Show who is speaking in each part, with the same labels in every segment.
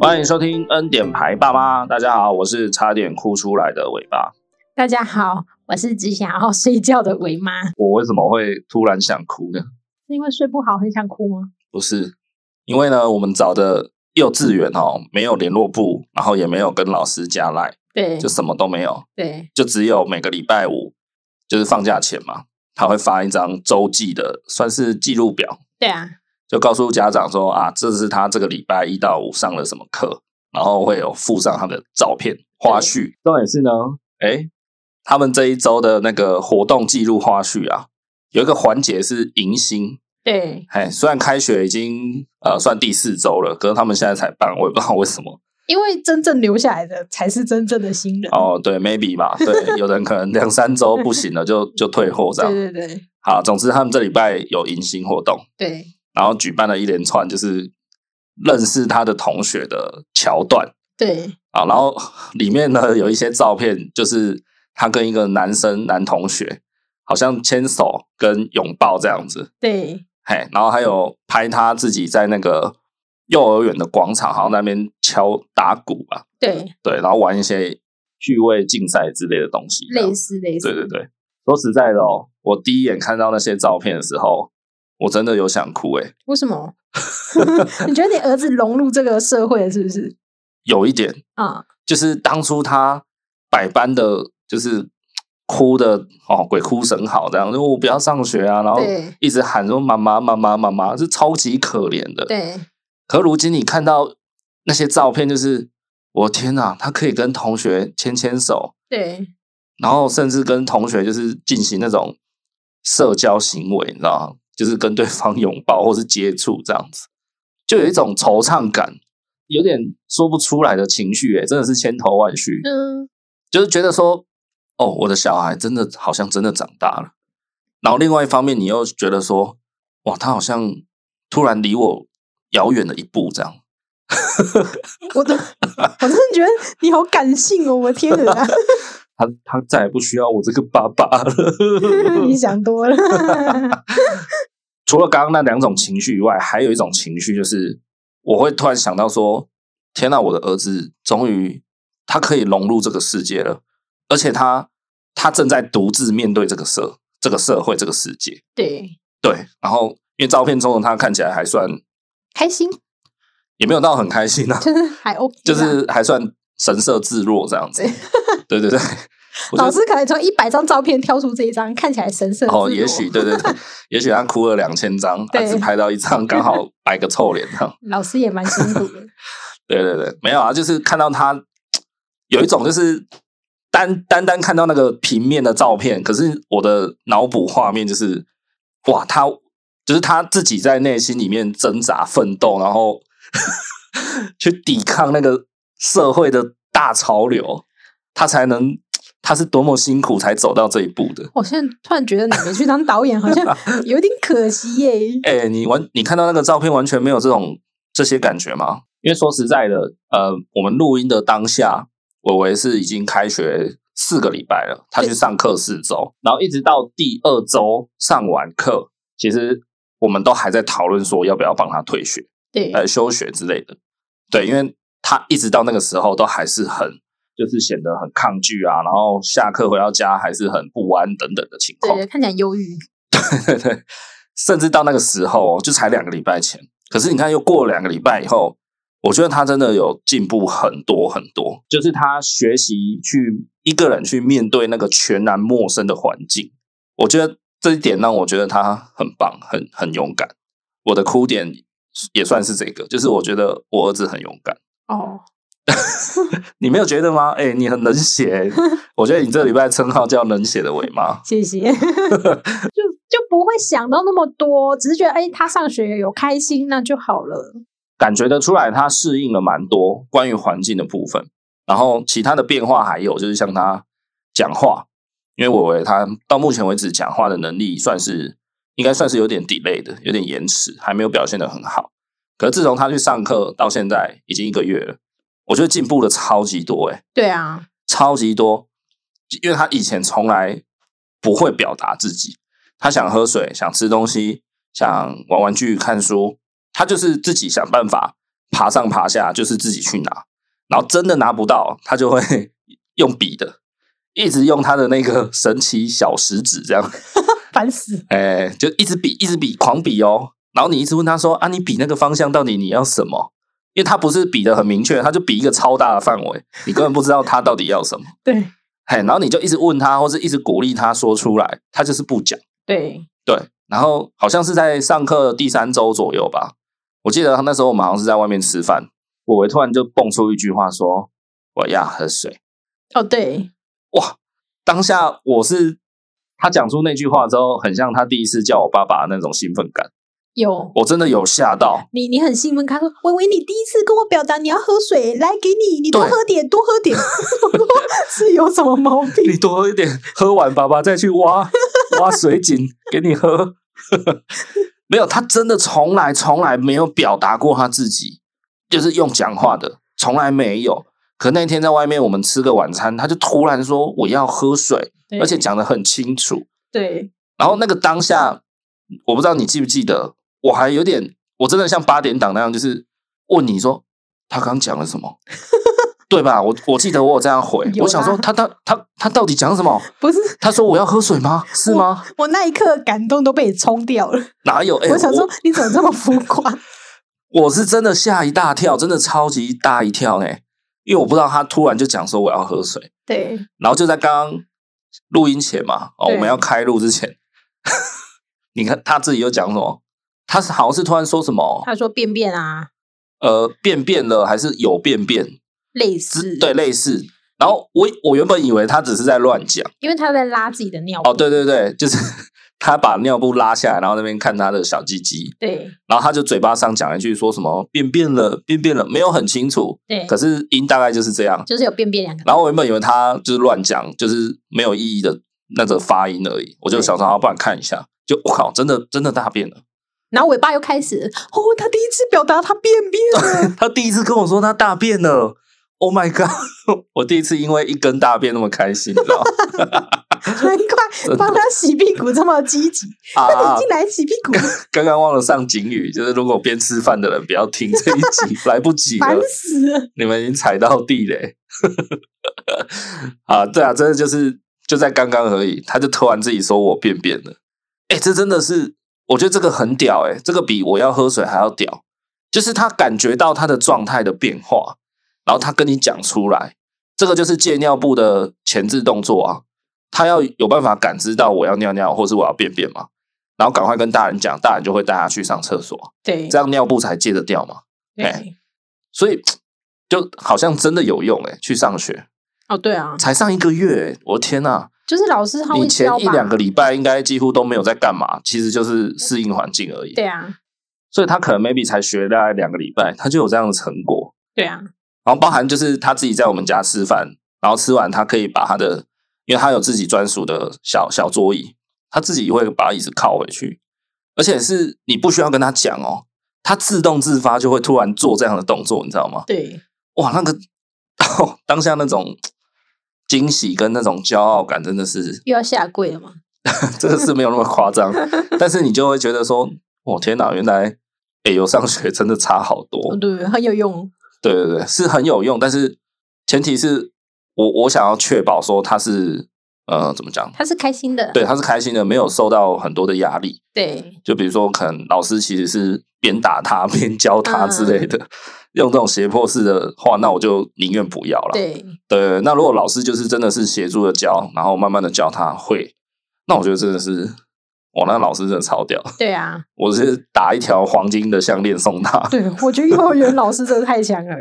Speaker 1: 欢迎收听《恩典牌爸妈》，大家好，我是差点哭出来的尾巴。
Speaker 2: 大家好，我是只想要睡觉的鬼妈。
Speaker 1: 我为什么会突然想哭呢？
Speaker 2: 是因为睡不好很想哭吗？
Speaker 1: 不是，因为呢，我们找的幼稚园哦，没有联络部，然后也没有跟老师加赖，
Speaker 2: 对，
Speaker 1: 就什么都没有，
Speaker 2: 对，
Speaker 1: 就只有每个礼拜五，就是放假前嘛，他会发一张周记的，算是记录表，
Speaker 2: 对啊，
Speaker 1: 就告诉家长说啊，这是他这个礼拜一到五上了什么课，然后会有附上他的照片、花絮。重点是呢，哎，他们这一周的那个活动记录花絮啊，有一个环节是迎新。
Speaker 2: 对，
Speaker 1: 哎，虽然开学已经呃算第四周了，可是他们现在才办，我也不知道为什么。
Speaker 2: 因为真正留下来的才是真正的新人。
Speaker 1: 哦，对，maybe 吧，对，有人可能两三周不行了就就退货这
Speaker 2: 对
Speaker 1: 样。
Speaker 2: 对对
Speaker 1: 好，总之他们这礼拜有迎新活动，
Speaker 2: 对
Speaker 1: 然后举办了一连串就是认识他的同学的桥段
Speaker 2: 对
Speaker 1: 啊，然后 里面呢有一些照片，就是他跟一个男生男同学好像牵手跟拥抱这样子，
Speaker 2: 对
Speaker 1: 嘿，然后还有拍他自己在那个幼儿园的广场，好像那边敲打鼓吧，
Speaker 2: 对，
Speaker 1: 对，然后玩一些趣味竞赛之类的东西，这样
Speaker 2: 类似类似，
Speaker 1: 对对对，说实在的哦，我第一眼看到那些照片的时候，我真的有想哭欸诶、
Speaker 2: 为 什么？ 你觉得你儿子融入这个社会了是不是？
Speaker 1: 有一点
Speaker 2: 啊、
Speaker 1: 就是当初他百般的就是哭的哦，鬼哭神嚎这样，就我不要上学啊，然后
Speaker 2: 对
Speaker 1: 一直喊说妈妈妈妈妈妈，是超级可怜的。，
Speaker 2: 对
Speaker 1: 可如今你看到那些照片，就是我天哪，他可以跟同学牵牵手，
Speaker 2: 对
Speaker 1: 然后甚至跟同学就是进行那种社交行为，你知道吗？就是跟对方拥抱或是接触这样子，就有一种惆怅感，有点说不出来的情绪，哎，真的是千头万绪，
Speaker 2: 嗯，
Speaker 1: 就是觉得说，哦，我的小孩真的好像真的长大了。然后另外一方面，你又觉得说，哇，他好像突然离我遥远了一步，这样。
Speaker 2: 我都我真的觉得你好感性哦，我的天哪，
Speaker 1: 他他再也不需要我这个爸爸了。
Speaker 2: 你想多了，
Speaker 1: 除了刚刚那两种情绪以外，还有一种情绪就是，我会突然想到说：天哪，我的儿子终于他可以融入这个世界了，而且他他正在独自面对这个社、这个社会、这个世界。
Speaker 2: 对，
Speaker 1: 对，然后因为照片中的他看起来还算
Speaker 2: 开心，
Speaker 1: 也没有到很开心啊，
Speaker 2: 就是还 OK，啦
Speaker 1: 就是还算神色自若这样子。 对对对，我觉
Speaker 2: 老
Speaker 1: 得
Speaker 2: 师可能从一百张照片挑出这一张看起来神圣
Speaker 1: 哦，也许对对对，也许他哭了两千张，他
Speaker 2: 对
Speaker 1: 只拍到一张，刚好摆个臭脸这样。
Speaker 2: 老师也蛮辛苦的。
Speaker 1: 对对对，没有啊，就是看到他有一种就是单单单看到那个平面的照片，可是我的脑补画面就是哇，他就是他自己在内心里面挣扎奋斗，然后 去抵抗那个社会的大潮流，他才能他是多么辛苦才走到这一步的。
Speaker 2: 我现在突然觉得你没去当导演，好 像有点可惜耶。
Speaker 1: 哎、你完你看到那个照片完全没有这种这些感觉吗？因为说实在的，呃，我们录音的当下，伟伟是已经开学四个礼拜了，他去上课四周，然后一直到第二周上完课，其实我们都还在讨论说要不要帮他退学、
Speaker 2: 对
Speaker 1: 呃休学之类的。对，因为他一直到那个时候都还是很就是显得很抗拒啊，然后下课回到家还是很不安等等的情况。
Speaker 2: 对，看起来忧郁。
Speaker 1: 对对，甚至到那个时候哦就才两个礼拜前。可是你看，又过了两个礼拜以后，我觉得他真的有进步很多很多，就是他学习去一个人去面对那个全然陌生的环境，我觉得这一点让我觉得他很棒，很很勇敢。我的哭点也算是这个，就是我觉得我儿子很勇敢。
Speaker 2: 哦，
Speaker 1: 你没有觉得吗？哎、你很冷血、欸 我觉得你这礼拜称号叫冷血的尾妈。
Speaker 2: 谢谢。 就就不会想到那么多，只是觉得哎，他上学有开心，那就好了。
Speaker 1: 感觉得出来，他适应了蛮多关于环境的部分。然后其他的变化还有就是像他讲话，因为伟伟他到目前为止讲话的能力算是应该算是有点 delay 的，有点延迟，还没有表现的很好。可是自从他去上课到现在已经一个月了，我觉得进步了超级多、欸，
Speaker 2: 对啊，
Speaker 1: 超级多，因为他以前从来不会表达自己，他想喝水，想吃东西，想玩玩具、看书，他就是自己想办法爬上爬下，就是自己去拿。然后真的拿不到，他就会 用笔的，一直用他的那个神奇小食指这样，
Speaker 2: 烦死！
Speaker 1: 哎，就一直比，一直比，狂比哦。然后你一直问他说啊，你比那个方向到底你要什么？因为他不是比的很明确，他就比一个超大的范围，你根本不知道他到底要什么。
Speaker 2: 对
Speaker 1: 嘿，然后你就一直问他，或是一直鼓励他说出来，他就是不讲。
Speaker 2: 对，
Speaker 1: 对，然后好像是在上课第三周左右吧，我记得那时候我们好像是在外面吃饭，我维突然就蹦出一句话说：“我要喝水。
Speaker 2: 哦对，”
Speaker 1: 当下我是他讲出那句话之后，很像他第一次叫我爸爸那种兴奋感，
Speaker 2: 有
Speaker 1: 我真的有吓到。
Speaker 2: 你你很兴奋，他说：“维维，你第一次跟我表达你要喝水，来给你，你多
Speaker 1: 对
Speaker 2: 喝点，多 喝点。”我说是有什么毛病？
Speaker 1: 你多喝一点，喝完爸 爸再去挖挖水井给你喝。 没有，他真的从来从来没有表达过他自己，就是用讲话的，从来没有。可那天在外面我们吃个晚餐，他就突然说我要喝水，
Speaker 2: 对
Speaker 1: 而且讲的很清楚。
Speaker 2: 对
Speaker 1: 然后那个当下，我不知道你记不记得，我还有点，我真的像八点档那样，就是问你说他刚讲了什 么，对吧？我我记得我有这样回，
Speaker 2: 有
Speaker 1: 我想说
Speaker 2: 啦
Speaker 1: 他他他他到底讲什么？
Speaker 2: 不是
Speaker 1: 他说我要喝水 吗？是吗？
Speaker 2: 我那一刻感动都被你冲掉了。
Speaker 1: 哪有？哎、
Speaker 2: 我想说
Speaker 1: 我，
Speaker 2: 你怎么这么浮 夸？
Speaker 1: 我是真的吓一大跳，真的超级大一跳呢、哎因为我不知道他突然就讲说我要喝水，
Speaker 2: 对，
Speaker 1: 然后就在刚刚录音前嘛，哦，
Speaker 2: 对
Speaker 1: 我们要开录之前， 你看他自己又讲什么？他是好像是突然说什么，
Speaker 2: 他说便便啊，
Speaker 1: 呃，便便了还是有便便
Speaker 2: 类
Speaker 1: 之
Speaker 2: 似
Speaker 1: 对，类似。然后我我原本以为他只是在乱讲，
Speaker 2: 因为他在拉自己的尿
Speaker 1: 哦，
Speaker 2: 布。
Speaker 1: 对对对，就是 他把尿布拉下来，然后那边看他的小鸡鸡，
Speaker 2: 对
Speaker 1: 然后他就嘴巴上讲一句说什么“便便了，便便了”，没有很清楚，
Speaker 2: 对，
Speaker 1: 可是音大概就是这样。
Speaker 2: 就是有便便两个字。
Speaker 1: 然后我原本以为他就是乱讲，就是没有意义的那个发音而已，我就想说，好，不然看一下，就我靠，真的真的大便了。
Speaker 2: 然后尾巴又开始，哦，他第一次表达他便 便了，
Speaker 1: 他第一次跟我说他大便了，Oh my god！我 第一次因为一根大便那么开心，你知道吗
Speaker 2: 难怪帮他洗屁股这么积极。那
Speaker 1: 啊
Speaker 2: 你！进来洗屁 股，
Speaker 1: 刚刚忘了上警语，就是如果边吃饭的人不要听这一集，来不及
Speaker 2: 烦
Speaker 1: 了。
Speaker 2: 死了。
Speaker 1: 你们已经踩到地雷。 啊，对啊，真的就是就在刚刚而已，他就突然自己说我便便了。哎、这真的是，我觉得这个很屌哎、这个比我要喝水还要屌，就是他感觉到他的状态的变化，然后他跟你讲出来，这个就是借尿布的前置动作啊。他要有办法感知到我要尿尿或是我要便便嘛，然后赶快跟大人讲，大人就会带他去上厕所， 啊
Speaker 2: 对
Speaker 1: 这样尿布才戒得掉嘛。
Speaker 2: 对，
Speaker 1: 所以就好像真的有用哎、去上学
Speaker 2: 哦对啊，
Speaker 1: 才上一个月、欸，我的天呐、
Speaker 2: 就是老师他
Speaker 1: 你
Speaker 2: 会
Speaker 1: 前
Speaker 2: 教
Speaker 1: 一
Speaker 2: 吧
Speaker 1: 两个礼拜应该几乎都没有在干嘛，其实就是适应环境而已。
Speaker 2: 对啊，
Speaker 1: 所以他可能 maybe 才学大概两个礼拜，他就有这样的成果。
Speaker 2: 对啊，
Speaker 1: 然后包含就是他自己在我们家吃饭，然后吃完他可以把他的，因为他有自己专属的小小桌椅，他自己会把椅子靠回去，而且是你不需要跟他讲哦，他自动自发就会突然做这样的动作，你知道吗？
Speaker 2: 对
Speaker 1: 哇，那个、哦、当下那种惊喜跟那种骄傲感，真的是
Speaker 2: 又要下跪了嘛？
Speaker 1: 真的是没有那么夸张，但是你就会觉得说，我、天哪，原来诶有上学真的差好
Speaker 2: 哦
Speaker 1: 多。
Speaker 2: 对，很有用。
Speaker 1: 对对对，是很有用，但是前提是我我想要确保说他是呃怎么讲，
Speaker 2: 他是开心的，
Speaker 1: 对他是开心的，没有受到很多的压力。
Speaker 2: 对
Speaker 1: 就比如说，可能老师其实是边打他边教他之类的，用这种胁迫式的话，那我就宁愿不要了。
Speaker 2: 对
Speaker 1: 对，那如果老师就是真的是协助的教，然后慢慢的教他会，那我觉得真的是，哇，那老师真的超屌！
Speaker 2: 对啊，
Speaker 1: 我是打一条黄金的项链送他，
Speaker 2: 对，我觉得幼儿园老师真的太强了，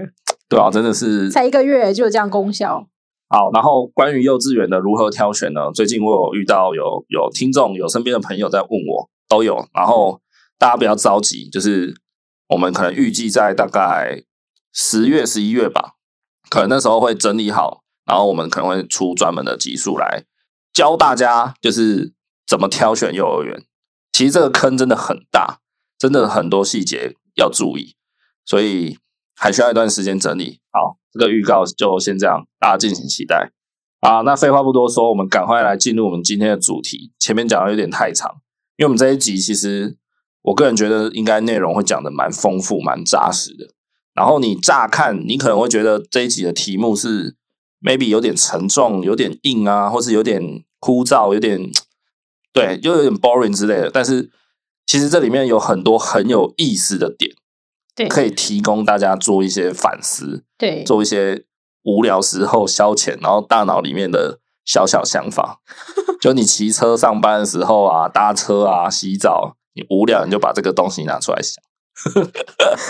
Speaker 1: 对啊，真的是
Speaker 2: 才一个月就有这样功效。
Speaker 1: 好。然后关于幼稚园的如何挑选呢？最近我有遇到有有听众有身边的朋友在问我，都有。然后大家不要着急，就是我们可能预计在大概十月、十一月吧，可能那时候会整理好，然后我们可能会出专门的集数来教大家，就是怎么挑选幼儿园。其实这个坑真的很大，真的很多细节要注意，所以还需要一段时间整理。好，这个预告就先这样，大家敬请期待。啊，那废话不多说，我们赶快来进入我们今天的主题。前面讲的有点太长，因为我们这一集其实我个人觉得应该内容会讲的蛮丰富、蛮扎实的。然后你乍看，你可能会觉得这一集的题目是 maybe 有点沉重、有点硬啊，或是有点枯燥、有点对，就有点 boring 之类的。但是其实这里面有很多很有意思的点，
Speaker 2: 对
Speaker 1: 可以提供大家做一些反思，
Speaker 2: 对，
Speaker 1: 做一些无聊时候消遣，然后大脑里面的小小想 法。就你骑车上班的时候啊，搭车啊，洗澡，你无聊你就把这个东西拿出来想。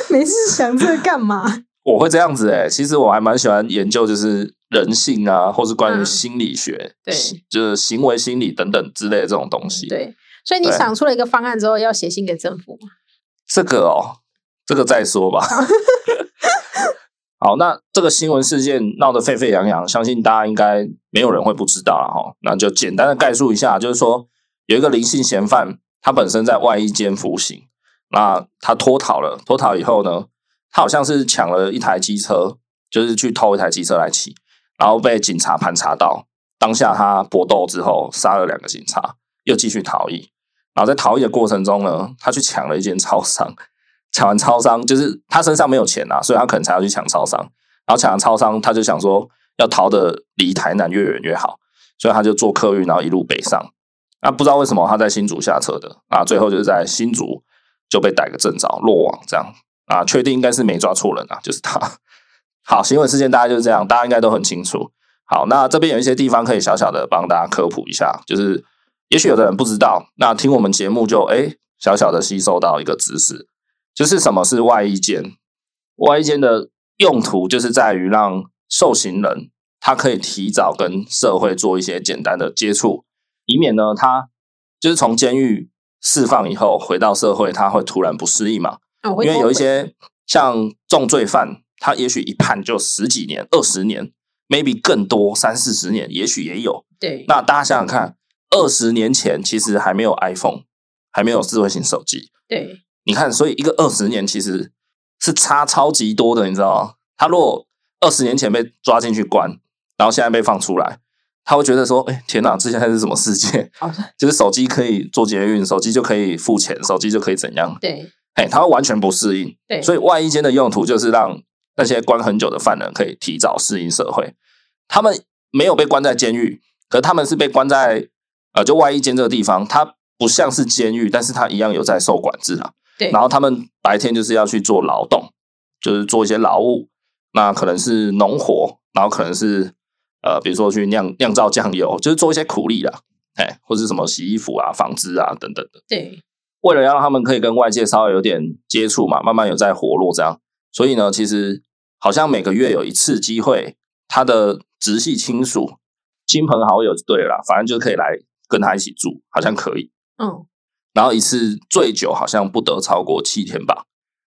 Speaker 2: 没事想这个干嘛？
Speaker 1: 我会这样子哎、欸，其实我还蛮喜欢研究，就是人性啊，或是关于
Speaker 2: 嗯
Speaker 1: 心理学，
Speaker 2: 对
Speaker 1: 行就是行为心理等等之类的这种东西。，
Speaker 2: 对，所以你
Speaker 1: 对
Speaker 2: 想出了一个方案之后，要写信给政府吗？
Speaker 1: 这个哦，这个再说吧。好，那这个新闻事件闹得沸沸扬扬，相信大家应该没有人会不知道了哈。那就简单的概述一下，就是说有一个林姓嫌犯，他本身在外衣间服刑，那他脱逃了，脱逃以后呢，他好像是抢了一台机车，就是去偷一台机车来骑，然后被警察盘查到，当下他搏斗之后杀了两个警察，又继续逃逸，然后在逃逸的过程中呢，他去抢了一间超商，抢完超商就是他身上没有钱啊，所以他可能才要去抢超商。然后抢完超商，他就想说要逃的离台南越远越好，所以他就坐客运，然后一路北上。那不知道为什么他在新竹下车的啊，最后就是在新竹就被逮个正着，落网这样啊，确定应该是没抓错人啊，就是他。 好，新闻事件大概就是这样，大家应该都很清楚。好，那这边有一些地方可以小小的帮大家科普一下，就是也许有的人不知道，那听我们节目就哎、诶小小的吸收到一个知识，就是什么是外衣间。外衣间的用途就是在于让受刑人他可以提早跟社会做一些简单的接触，以免呢他就是从监狱释放以后回到社会，他会突然不适应嘛。
Speaker 2: 哦，会
Speaker 1: 因为
Speaker 2: 后
Speaker 1: 有一
Speaker 2: 悔
Speaker 1: 些像重罪犯，他也许一判就十几年、二十年，maybe 更多三四十年，也许也有。
Speaker 2: 对
Speaker 1: 那大家想想看，二十年前其实还没有 iPhone，还没有智慧型手机，
Speaker 2: 对
Speaker 1: 你看，所以一个二十年其实是差超级多的，你知道吗？他如果二十年前被抓进去关，然后现在被放出来，他会觉得说：“哎、天哪，这现在是什么世界？
Speaker 2: 哦
Speaker 1: 就是手机可以做捷运，手机就可以付钱，手机就可以怎样？”
Speaker 2: 对
Speaker 1: 哎，他会完全不适应。
Speaker 2: 对，
Speaker 1: 所
Speaker 2: 以
Speaker 1: 以外衣间的用途就是让那些关很久的犯人可以提早适应社会。他们没有被关在监狱，可他们是被关在呃，就外衣间这个地方，它不像是监狱，但是它一样有在受管制啊。
Speaker 2: 对
Speaker 1: 然后他们白天就是要去做劳动，就是做一些劳务，那可能是农活，然后可能是呃，比如说去酿酿造酱油，就是做一些苦力啦，哎，或是什么洗衣服啊、纺织啊等等的。
Speaker 2: 对
Speaker 1: 为了要让他们可以跟外界稍微有点接触嘛，慢慢有在活络这样，所以呢，其实好像每个月有一次机会，他的直系亲属、亲朋好友就对了啦，反正就可以来跟他一起住，好像可以。
Speaker 2: 嗯
Speaker 1: 然后一次最久好像不得超过七天吧，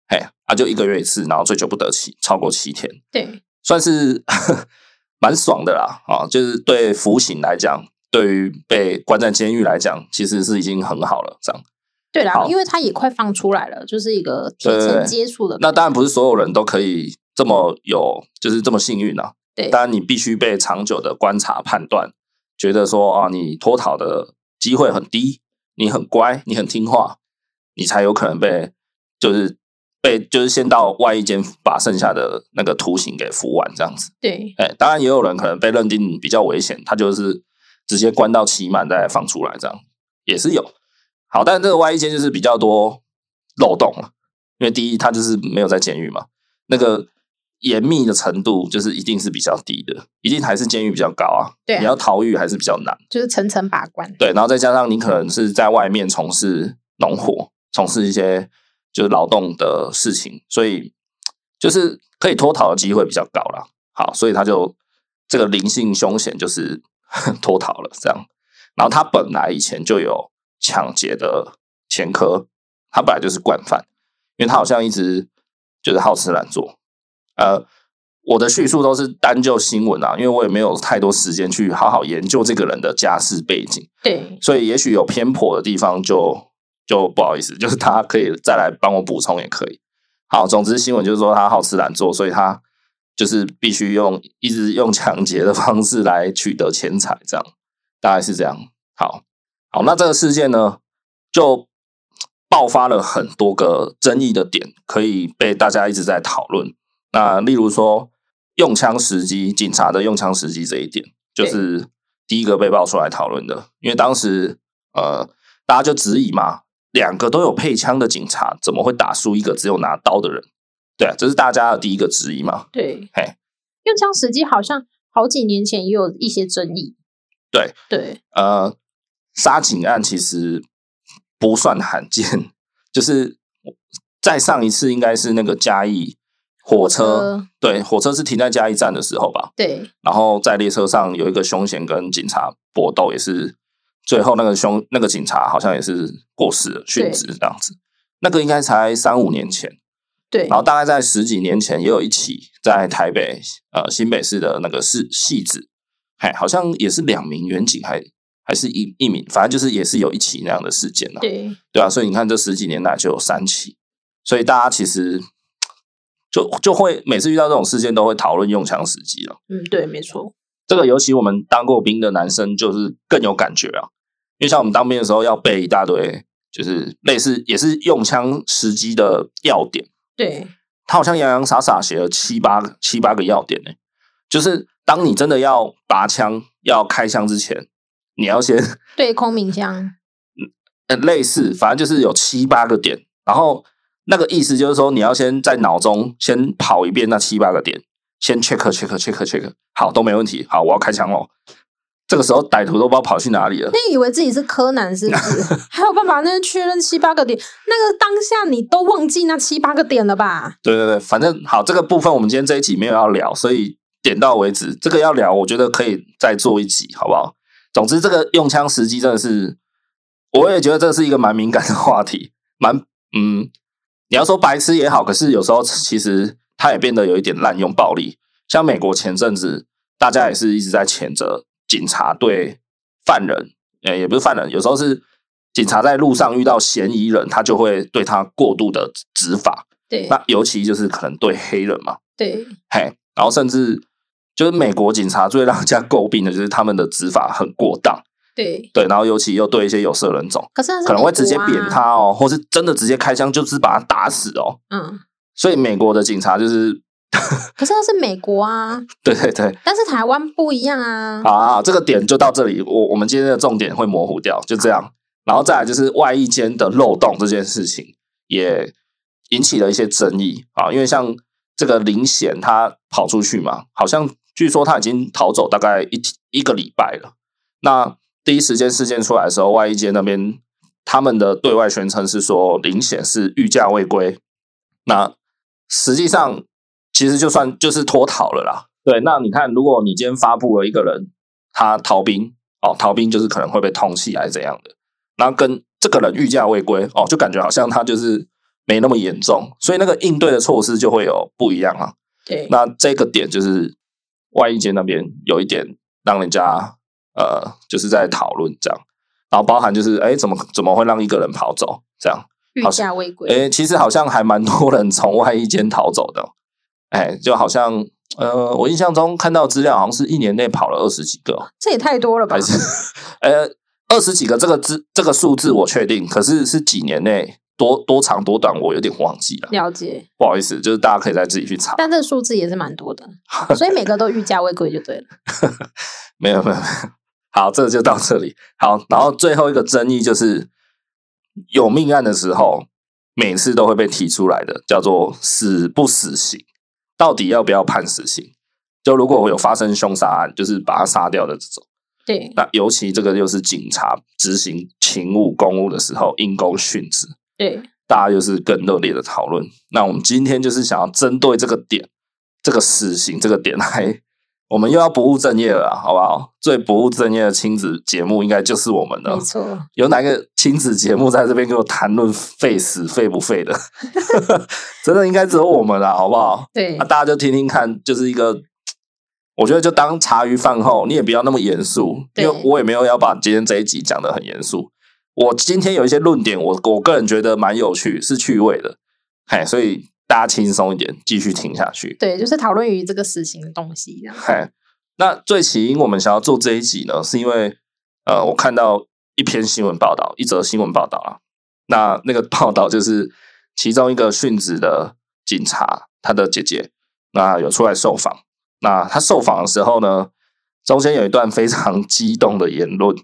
Speaker 1: 嘿，啊就一个月一次，然后最久不得七超过七天，
Speaker 2: 对
Speaker 1: 算是 蛮爽的啦啊！就是对服刑来讲，对于被关在监狱来讲，其实是已经很好了这样。
Speaker 2: 对啦
Speaker 1: 好，
Speaker 2: 因为他也快放出来了，就是一个提
Speaker 1: 对对对
Speaker 2: 前接触的嗯
Speaker 1: 那当然不是所有人都可以这么有，就是这么幸运啊。
Speaker 2: 对
Speaker 1: 当然你必须被长久的观察判断，觉得说啊，你脱逃的机会很低，你很乖，你很听话，你才有可能被就是被就是先到外衣间把剩下的那个徒刑给服完这样子。
Speaker 2: 对
Speaker 1: 哎，当然也有人可能被认定比较危险，他就是直接关到期满再放出来，这样也是有。好，但这个外衣间就是比较多漏洞了，因为第一，他就是没有在监狱嘛，那个严密的程度就是一定是比较低的，一定还是监狱比较高啊。
Speaker 2: 对啊
Speaker 1: 你要逃狱还是比较难。
Speaker 2: 就是层层把关，
Speaker 1: 对，然后再加上你可能是在外面从事农活，从事一些就是劳动的事情，所以就是可以脱逃的机会比较高啦。好，所以他就这个灵性凶险就是 脱逃了这样。然后他本来以前就有抢劫的前科，他本来就是惯犯，因为他好像一直就是好吃懒做。呃，我的叙述都是单就新闻啊，因为我也没有太多时间去好好研究这个人的家世背景。
Speaker 2: 对
Speaker 1: 所以也许有偏颇的地方就就不好意思，就是他可以再来帮我补充也可以。好，总之新闻就是说他好吃懒做，所以他就是必须用一直用抢劫的方式来取得钱财，这样大概是这样。好，好，那这个事件呢，就爆发了很多个争议的点，可以被大家一直在讨论。那例如说用枪时机，警察的用枪时机这一点，就是第一个被爆出来讨论的，因为当时呃，大家就质疑嘛，两个都有配枪的警察，怎么会打输一个只有拿刀的人？对啊，这是大家的第一个质疑嘛。
Speaker 2: 对
Speaker 1: 嘿，
Speaker 2: 用枪时机好像好几年前也有一些争议。
Speaker 1: 对
Speaker 2: 对，
Speaker 1: 呃，杀警案其实不算罕见，就是在上一次应该是那个嘉义火车，
Speaker 2: 呃，
Speaker 1: 对，火车是停在嘉义站的时候吧，
Speaker 2: 对
Speaker 1: 然后在列车上有一个凶险跟警察搏斗，也是最后那个凶那个警察好像也是过世了，殉职这样子。那个应该才三五年前，
Speaker 2: 对
Speaker 1: 然后大概在十几年前也有一起在台北呃新北市的那个市戏子，嘿，好像也是两名原警还还是一一名，反正就是也是有一起那样的事件啊。
Speaker 2: 对
Speaker 1: 对啊，所以你看这十几年来就有三起，所以大家其实就就会每次遇到这种事件都会讨论用枪时机了。
Speaker 2: 嗯，对，没错，
Speaker 1: 这个尤其我们当过兵的男生就是更有感觉啊，因为像我们当兵的时候要背一大堆，就是类似也是用枪时机的要点，
Speaker 2: 对
Speaker 1: 他好像洋洋洒洒写了七八个七八个要点呢、就是当你真的要拔枪要开枪之前，你要先
Speaker 2: 对，空鸣枪，
Speaker 1: 呃，类似，反正就是有七八个点，然后那个意思就是说，你要先在脑中先跑一遍那七八个点，先 check check check check，好，都没问题，好，我要开枪喽。这个时候歹徒都不知道跑去哪里了，
Speaker 2: 那以为自己是柯南是不 是？还有办法那确认七八个点？那个当下你都忘记那七八个点了吧？
Speaker 1: 对对对，反正好，这个部分我们今天这一集没有要聊，所以点到为止。这个要聊，我觉得可以再做一集，好不好？总之，这个用枪时机真的是，我也觉得这是一个蛮敏感的话题，蛮嗯，你要说白痴也好，可是有时候其实它也变得有一点滥用暴力。像美国前阵子，大家也是一直在谴责警察对犯人，呃，也不是犯人，有时候是警察在路上遇到嫌疑人，他就会对他过度的执法。
Speaker 2: 对
Speaker 1: 那尤其就是可能对黑人嘛，
Speaker 2: 对
Speaker 1: 嘿，然后甚至就是美国警察最让人家诟病的就是他们的执法很过当，
Speaker 2: 对，
Speaker 1: 对，然后尤其又对一些有色人种，
Speaker 2: 可是那是
Speaker 1: 可能会
Speaker 2: 美
Speaker 1: 直接
Speaker 2: 国啊
Speaker 1: 扁。他哦，或是真的直接开枪，就是把他打死哦。
Speaker 2: 嗯，
Speaker 1: 所以美国的警察就是，
Speaker 2: 可是那是美国啊，
Speaker 1: 对对对，
Speaker 2: 但是台湾不一样啊。
Speaker 1: 好好，好这个点就到这里，我我们今天的重点会模糊掉，就这样。然后再来就是外衣间的漏洞这件事情，也引起了一些争议啊，因为像这个林显他跑出去嘛，好像据说他已经逃走大概一一个礼拜了。那第一时间事件出来的时候，外衣间那边他们的对外宣称是说林显是御驾未归，那实际上其实就算就是脱逃了啦。对，那你看，如果你今天发布了一个人他逃兵哦，逃兵就是可能会被通缉还是怎样的，然后跟这个人御驾未归哦，就感觉好像他就是没那么严重，所以那个应对的措施就会有不一样啊。
Speaker 2: 对
Speaker 1: 那这个点就是外衣间那边有一点让人家呃，就是在讨论这样，然后包含就是哎，怎么怎么会让一个人跑走这样？
Speaker 2: 御
Speaker 1: 好
Speaker 2: 驾未归。
Speaker 1: 诶，其实好像还蛮多人从外衣间逃走的哦。哎，就好像呃，我印象中看到资料，好像是一年内跑了二十几个哦，
Speaker 2: 这也太多了吧
Speaker 1: 还？是呃二十几个这个资这个数字我确定，可是是几年内多多长多短，我有点忘记了，
Speaker 2: 了解，
Speaker 1: 不好意思，就是大家可以再自己去查。
Speaker 2: 但这数字也是蛮多的， 所以每个都御驾未归就对了。
Speaker 1: 没有没有， 没有好，这就到这里。好，然后最后一个争议就是有命案的时候，每次都会被提出来的，叫做死不死刑，到底要不要判死刑？就如果有发生凶杀案，就是把他杀掉的这种，
Speaker 2: 对
Speaker 1: 那尤其这个又是警察执行勤务公务的时候因公殉职，
Speaker 2: 对，
Speaker 1: 大家又是更热烈的讨论。那我们今天就是想要针对这个点，这个死刑这个点来， 我们又要不务正业了啊，好不好？最不务正业的亲子节目应该就是我们的
Speaker 2: 没。错，
Speaker 1: 有哪个亲子节目在这边给我谈论废死废不废的？ 真的应该只有我们了，好不好？
Speaker 2: 对
Speaker 1: 那、，大家就听听看，就是一个，我觉得就当茶余饭后，你也不要那么严肃，因
Speaker 2: 对
Speaker 1: 为我也没有要把今天这一集讲的很严肃。我今天有一些论点，我我个人觉得蛮有趣，是趣味的，嘿，所以大家轻松一点，继续听下去。
Speaker 2: 对，就是讨论于这个死刑的东西这样。
Speaker 1: 嗨，那最起因我们想要做这一集呢，是因为呃，我看到一篇新闻报道，一则新闻报道啊。那那个报道就是其中一个殉职的警察，他的姐姐那有出来受访。那他受访的时候呢，中间有一段非常激动的言论，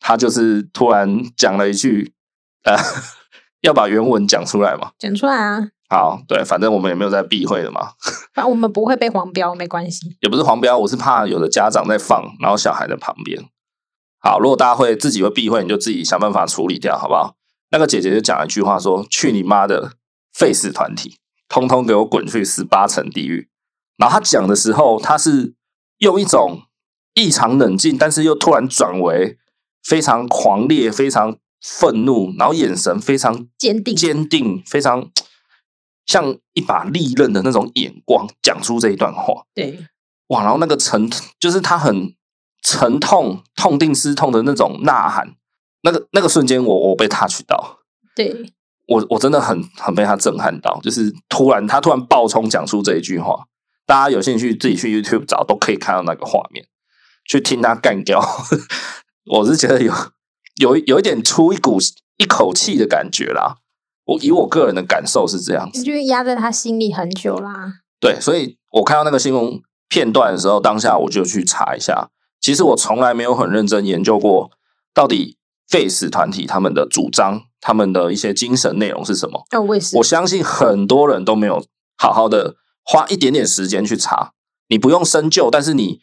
Speaker 1: 他就是突然讲了一句，呃， 要把原文讲出来嘛。
Speaker 2: 讲出来啊，
Speaker 1: 好，对，反正我们也没有在避讳的嘛，
Speaker 2: 反正我们不会被黄标，没关系。
Speaker 1: 也不是黄标，我是怕有的家长在放，然后小孩在旁边。好，如果大家会自己会避讳，你就自己想办法处理掉，好不好？那个姐姐就讲了一句话说：“去你妈的 face 团体，通通给我滚去十八层地狱。”然后她讲的时候，她是用一种异常冷静，但是又突然转为非常狂烈、非常愤怒，然后眼神非常
Speaker 2: 坚定
Speaker 1: 坚定，非常像一把利刃的那种眼光，讲出这一段话。
Speaker 2: 对，
Speaker 1: 哇，然后那个沉，就是他很沉痛、痛定思痛的那种呐喊，那个那个瞬间我，我被 touch 到，
Speaker 2: 对，
Speaker 1: 我我真的很很被他震撼到，就是突然他突然爆冲讲出这一句话，大家有兴趣自己去 YouTube 找，都可以看到那个画面，去听他干掉， 我是觉得有有有一点出一股一口气的感觉啦，我以我个人的感受是这样子。
Speaker 2: 就是压在他心里很久啦。
Speaker 1: 对，所以我看到那个新闻片段的时候，当下我就去查一下。其实我从来没有很认真研究过，到底 Face 团体他们的主张、他们的一些精神内容是什么。
Speaker 2: 那哦我也是
Speaker 1: 我，相信很多人都没有好好的花一点点时间去查。你不用深究，但是你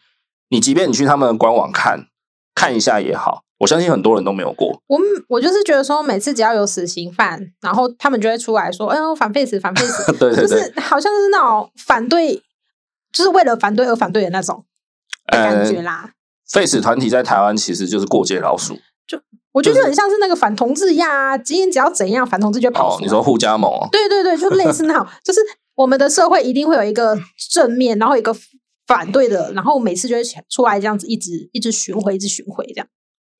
Speaker 1: 你即便你去他们的官网看看一下也好，我相信很多人都没有过。
Speaker 2: 我们我就是觉得说，每次只要有死刑犯，然后他们就会出来说：“哎呦，反 face 反 face”，
Speaker 1: 对对
Speaker 2: 就
Speaker 1: 对，
Speaker 2: 是好像是那种反对，就是为了反对而反对的那种的感觉
Speaker 1: 呃
Speaker 2: 啦。
Speaker 1: ，Face 团体在台湾其实就是过街老鼠。
Speaker 2: 我觉得
Speaker 1: 就
Speaker 2: 就是很像是那个反同志呀、啊，今天只要怎样，反同志就会跑
Speaker 1: 哦
Speaker 2: 出，来。
Speaker 1: 你说互加盟、哦？
Speaker 2: 对对对，就类似那种，就是我们的社会一定会有一个正面，然后有一个反对的，然后每次就会起出来这样子，一直一直巡回，一直巡回这样。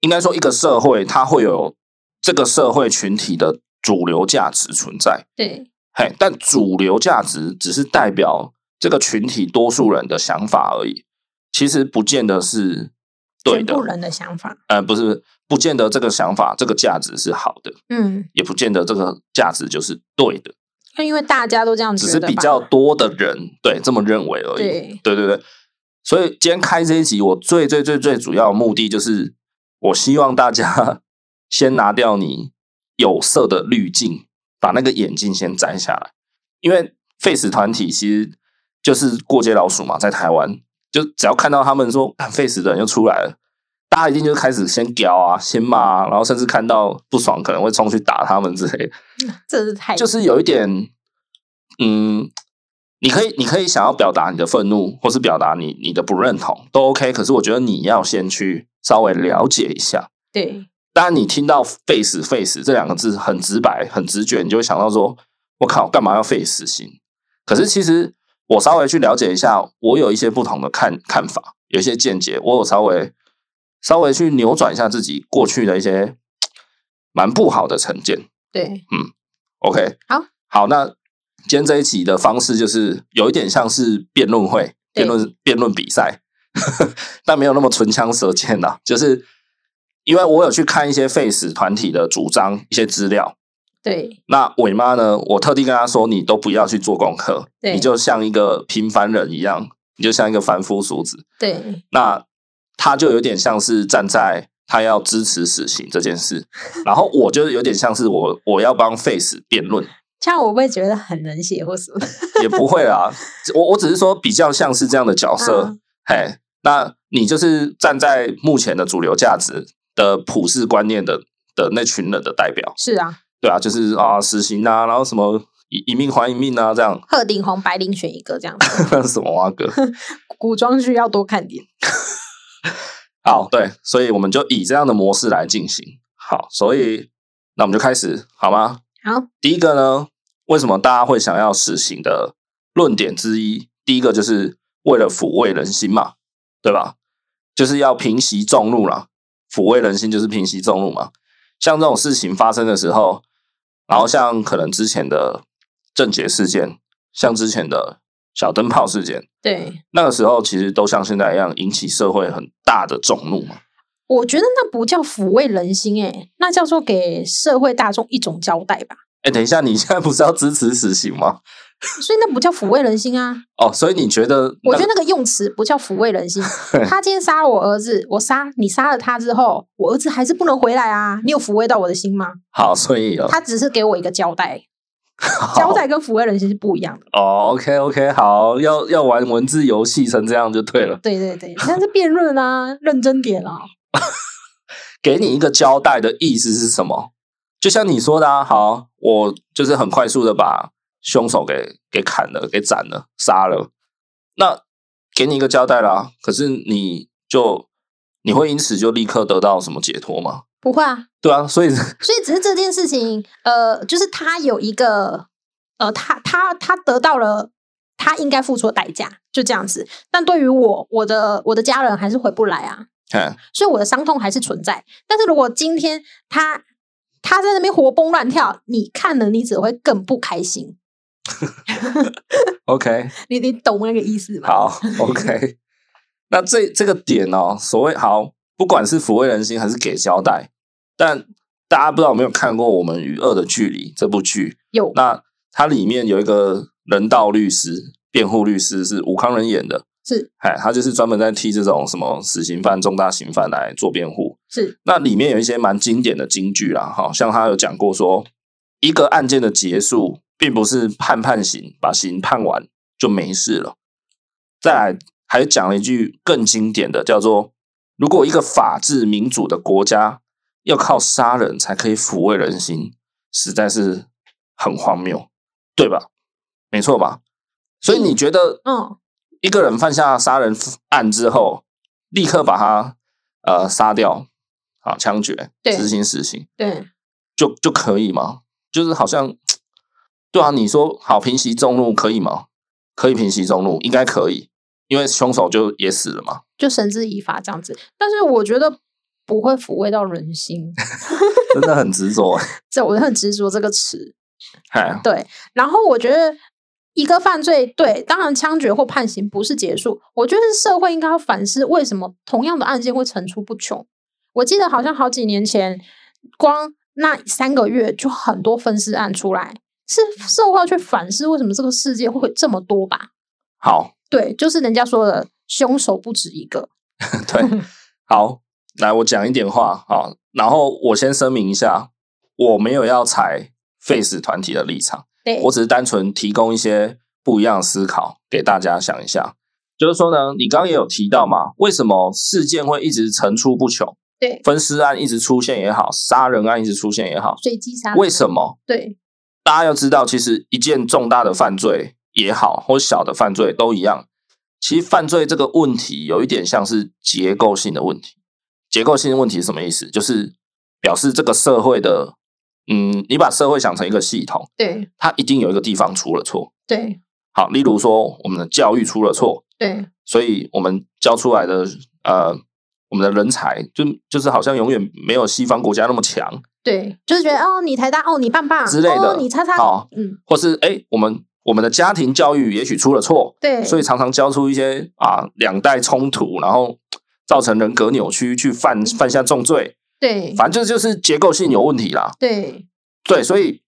Speaker 1: 应该说一个社会它会有这个社会群体的主流价值存在，
Speaker 2: 对
Speaker 1: 嘿，但主流价值只是代表这个群体多数人的想法而已，其实不见得是对
Speaker 2: 全
Speaker 1: 的
Speaker 2: 部，人的想法，
Speaker 1: 呃，不是，不见得这个想法这个价值是好的，
Speaker 2: 嗯，
Speaker 1: 也不见得这个价值就是对的，
Speaker 2: 那因为大家都这样觉
Speaker 1: 只
Speaker 2: 得
Speaker 1: 是
Speaker 2: 吧，
Speaker 1: 比较多的人对这么认为而已。
Speaker 2: 对
Speaker 1: 对对对，所以今天开这一集，我最最最最主要的目的就是，我希望大家 先拿掉你有色的滤镜，把那个眼镜先摘下来，因为 Face 团体其实就是过街老鼠嘛，在台湾，就只要看到他们说看 Face 的人又出来了。大家一定就开始先屌啊，先骂啊，然后甚至看到不爽可能会冲去打他们之类的。
Speaker 2: 这是太
Speaker 1: 就是有一点，嗯，你可以，你可以想要表达你的愤怒，或是表达你你的不认同，都 OK。可是我觉得你要先去稍微了解一下。
Speaker 2: 对
Speaker 1: 当然，你听到 “face face” 这两个字很直白、很直觉，你就会想到说：“我靠，干嘛要 face 死刑？”可是其实我稍微去了解一下，我有一些不同的看看法，有一些见解，我有稍微稍微去扭转一下自己过去的一些蛮不好的成见。
Speaker 2: 对
Speaker 1: OK，
Speaker 2: 好，
Speaker 1: 好，那今天这一集的方式就是有一点像是辩论会、
Speaker 2: 对
Speaker 1: 辩论辩论比赛， 但没有那么唇枪舌剑啦、就是因为我有去看一些 Face 团体的主张、一些资料。
Speaker 2: 对
Speaker 1: 那伟妈呢，我特地跟她说，你都不要去做功课，
Speaker 2: 对
Speaker 1: 你就像一个平凡人一样，你就像一个凡夫俗子。
Speaker 2: 对
Speaker 1: 那他就有点像是站在他要支持死刑这件事，然后我就有点像是我我要帮 Face 辩论，
Speaker 2: 这样我会觉得很冷血或什么。
Speaker 1: 也不会啦，我我只是说比较像是这样的角色
Speaker 2: 嗯，
Speaker 1: 嘿，那你就是站在目前的主流价值的普世观念的的那群人的代表，
Speaker 2: 是啊，
Speaker 1: 对啊，就是啊死刑啊，然后什么一一命还一命啊，这样
Speaker 2: 鹤顶红白领选一个这样 子，
Speaker 1: 什么啊哥，
Speaker 2: 古装剧要多看点。
Speaker 1: 好，对，所以我们就以这样的模式来进行，好，所以那我们就开始好吗？
Speaker 2: 好，
Speaker 1: 第一个呢，为什么大家会想要死刑的论点之一，第一个就是为了抚慰人心嘛，对吧？就是要平息众怒啦，抚慰人心就是平息众怒嘛。像这种事情发生的时候，然后像可能之前的郑捷事件，像之前的小灯泡事件，
Speaker 2: 对，
Speaker 1: 那个时候其实都像现在一样引起社会很大的众怒嘛。
Speaker 2: 我觉得那不叫抚慰人心、欸，那叫做给社会大众一种交代吧。
Speaker 1: 哎，等一下，你现在不是要支持死刑吗？
Speaker 2: 所以那不叫抚慰人心啊！
Speaker 1: 哦，所以你觉得那
Speaker 2: 我觉
Speaker 1: 个？
Speaker 2: 得那个用词不叫抚慰人 心。他今天杀了我儿子，我杀你杀了他之后，我儿子还是不能回来啊！你有抚慰到我的心吗？
Speaker 1: 好，所以哦，
Speaker 2: 他只是给我一个交代，
Speaker 1: 好
Speaker 2: 交代跟抚慰人心是不一样的。
Speaker 1: 哦，OK OK，好，要要玩文字游戏成这样就对了，
Speaker 2: 对对对，但是辩论啊，认真点啊。
Speaker 1: 给你一个交代的意思是什么？就像你说的、啊，好，我就是很快速的把凶手给给砍了、给斩了、杀了，那给你一个交代啦。可是你就你会因此就立刻得到什么解脱吗？
Speaker 2: 不会啊，
Speaker 1: 对啊，所以
Speaker 2: 所以只是这件事情，呃，就是他有一个，呃，他他他得到了他应该付出的代价，就这样子。但对于我，我的我的家人还是回不来啊，
Speaker 1: 看
Speaker 2: 所以我的伤痛还是存在。但是如果今天他他在那边活蹦乱跳，你看了你只会更不开心。
Speaker 1: OK，
Speaker 2: 你你懂那个意思吗？
Speaker 1: 好，OK。那这这个点哦，所谓好，不管是抚慰人心还是给交代，但大家不知道有没有看过我们《与恶的距离》这部剧？
Speaker 2: 有
Speaker 1: 那它里面有一个人道律师、辩护律师是吴康仁演的，
Speaker 2: 是
Speaker 1: 哎，他就是专门在替这种什么死刑犯、重大刑犯来做辩护。
Speaker 2: 是
Speaker 1: 那里面有一些蛮经典的金句啦，好像他有讲过说，一个案件的结束，并不是判判刑，把刑判完就没事了。再来，还讲了一句更经典的，叫做“如果一个法治民主的国家要靠杀人才可以抚慰人心，实在是很荒谬，对吧？没错吧？所以你觉得
Speaker 2: 嗯，
Speaker 1: 一个人犯下杀人案之后，立刻把他呃杀掉，啊，枪决，
Speaker 2: 对
Speaker 1: 执行死刑，
Speaker 2: 对，
Speaker 1: 就就可以吗？就是好像，对啊，你说好平息众怒可以吗？可以平息众怒，应该可以，因为凶手就也死了嘛。
Speaker 2: 就绳之以法这样子。但是我觉得不会抚慰到人心，
Speaker 1: 真的很执着欸， 哎
Speaker 2: 这我很执着这个词。
Speaker 1: 嗨，
Speaker 2: 对，然后我觉得一个犯罪，对，当然枪决或判刑不是结束，我觉得社会应该要反思为什么同样的案件会层出不穷。我记得好像好几年前，光那三个月就很多分尸案出来，是社会要去反思为什么这个世界会这么多吧？
Speaker 1: 好，
Speaker 2: 对，就是人家说的凶手不止一个，
Speaker 1: 对，好，来我讲一点话啊，然后我先声明一下，我没有要踩 Face 团体的立场。
Speaker 2: 对，
Speaker 1: 我只是单纯提供一些不一样的思考给大家想一下。就是说呢，你刚刚也有提到嘛，为什么事件会一直层出不穷？
Speaker 2: 对
Speaker 1: 分尸案一直出现也好，杀人案一直出现也好，
Speaker 2: 随机杀人
Speaker 1: 为什么？
Speaker 2: 对
Speaker 1: 大家要知道，其实一件重大的犯罪也好，或小的犯罪都一样，其实犯罪这个问题有一点像是结构性的问题。结构性的问题是什么意思？就是表示这个社会的，嗯，你把社会想成一个系统，
Speaker 2: 对
Speaker 1: 它一定有一个地方出了错。
Speaker 2: 对
Speaker 1: 好，例如说我们的教育出了错，
Speaker 2: 对
Speaker 1: 所以我们教出来的呃，我们的人才就就是好像永远没有西方国家那么强，
Speaker 2: 对，就是觉得哦，你台大哦，你棒棒
Speaker 1: 之类的
Speaker 2: 哦，你叉叉，
Speaker 1: 好
Speaker 2: 嗯，
Speaker 1: 或是哎，我们我们的家庭教育也许出了错，
Speaker 2: 对，
Speaker 1: 所以常常教出一些啊两代冲突，然后造成人格扭曲，去犯犯下重罪，
Speaker 2: 对
Speaker 1: 反正就是结构性有问题啦。
Speaker 2: 对
Speaker 1: 对，所以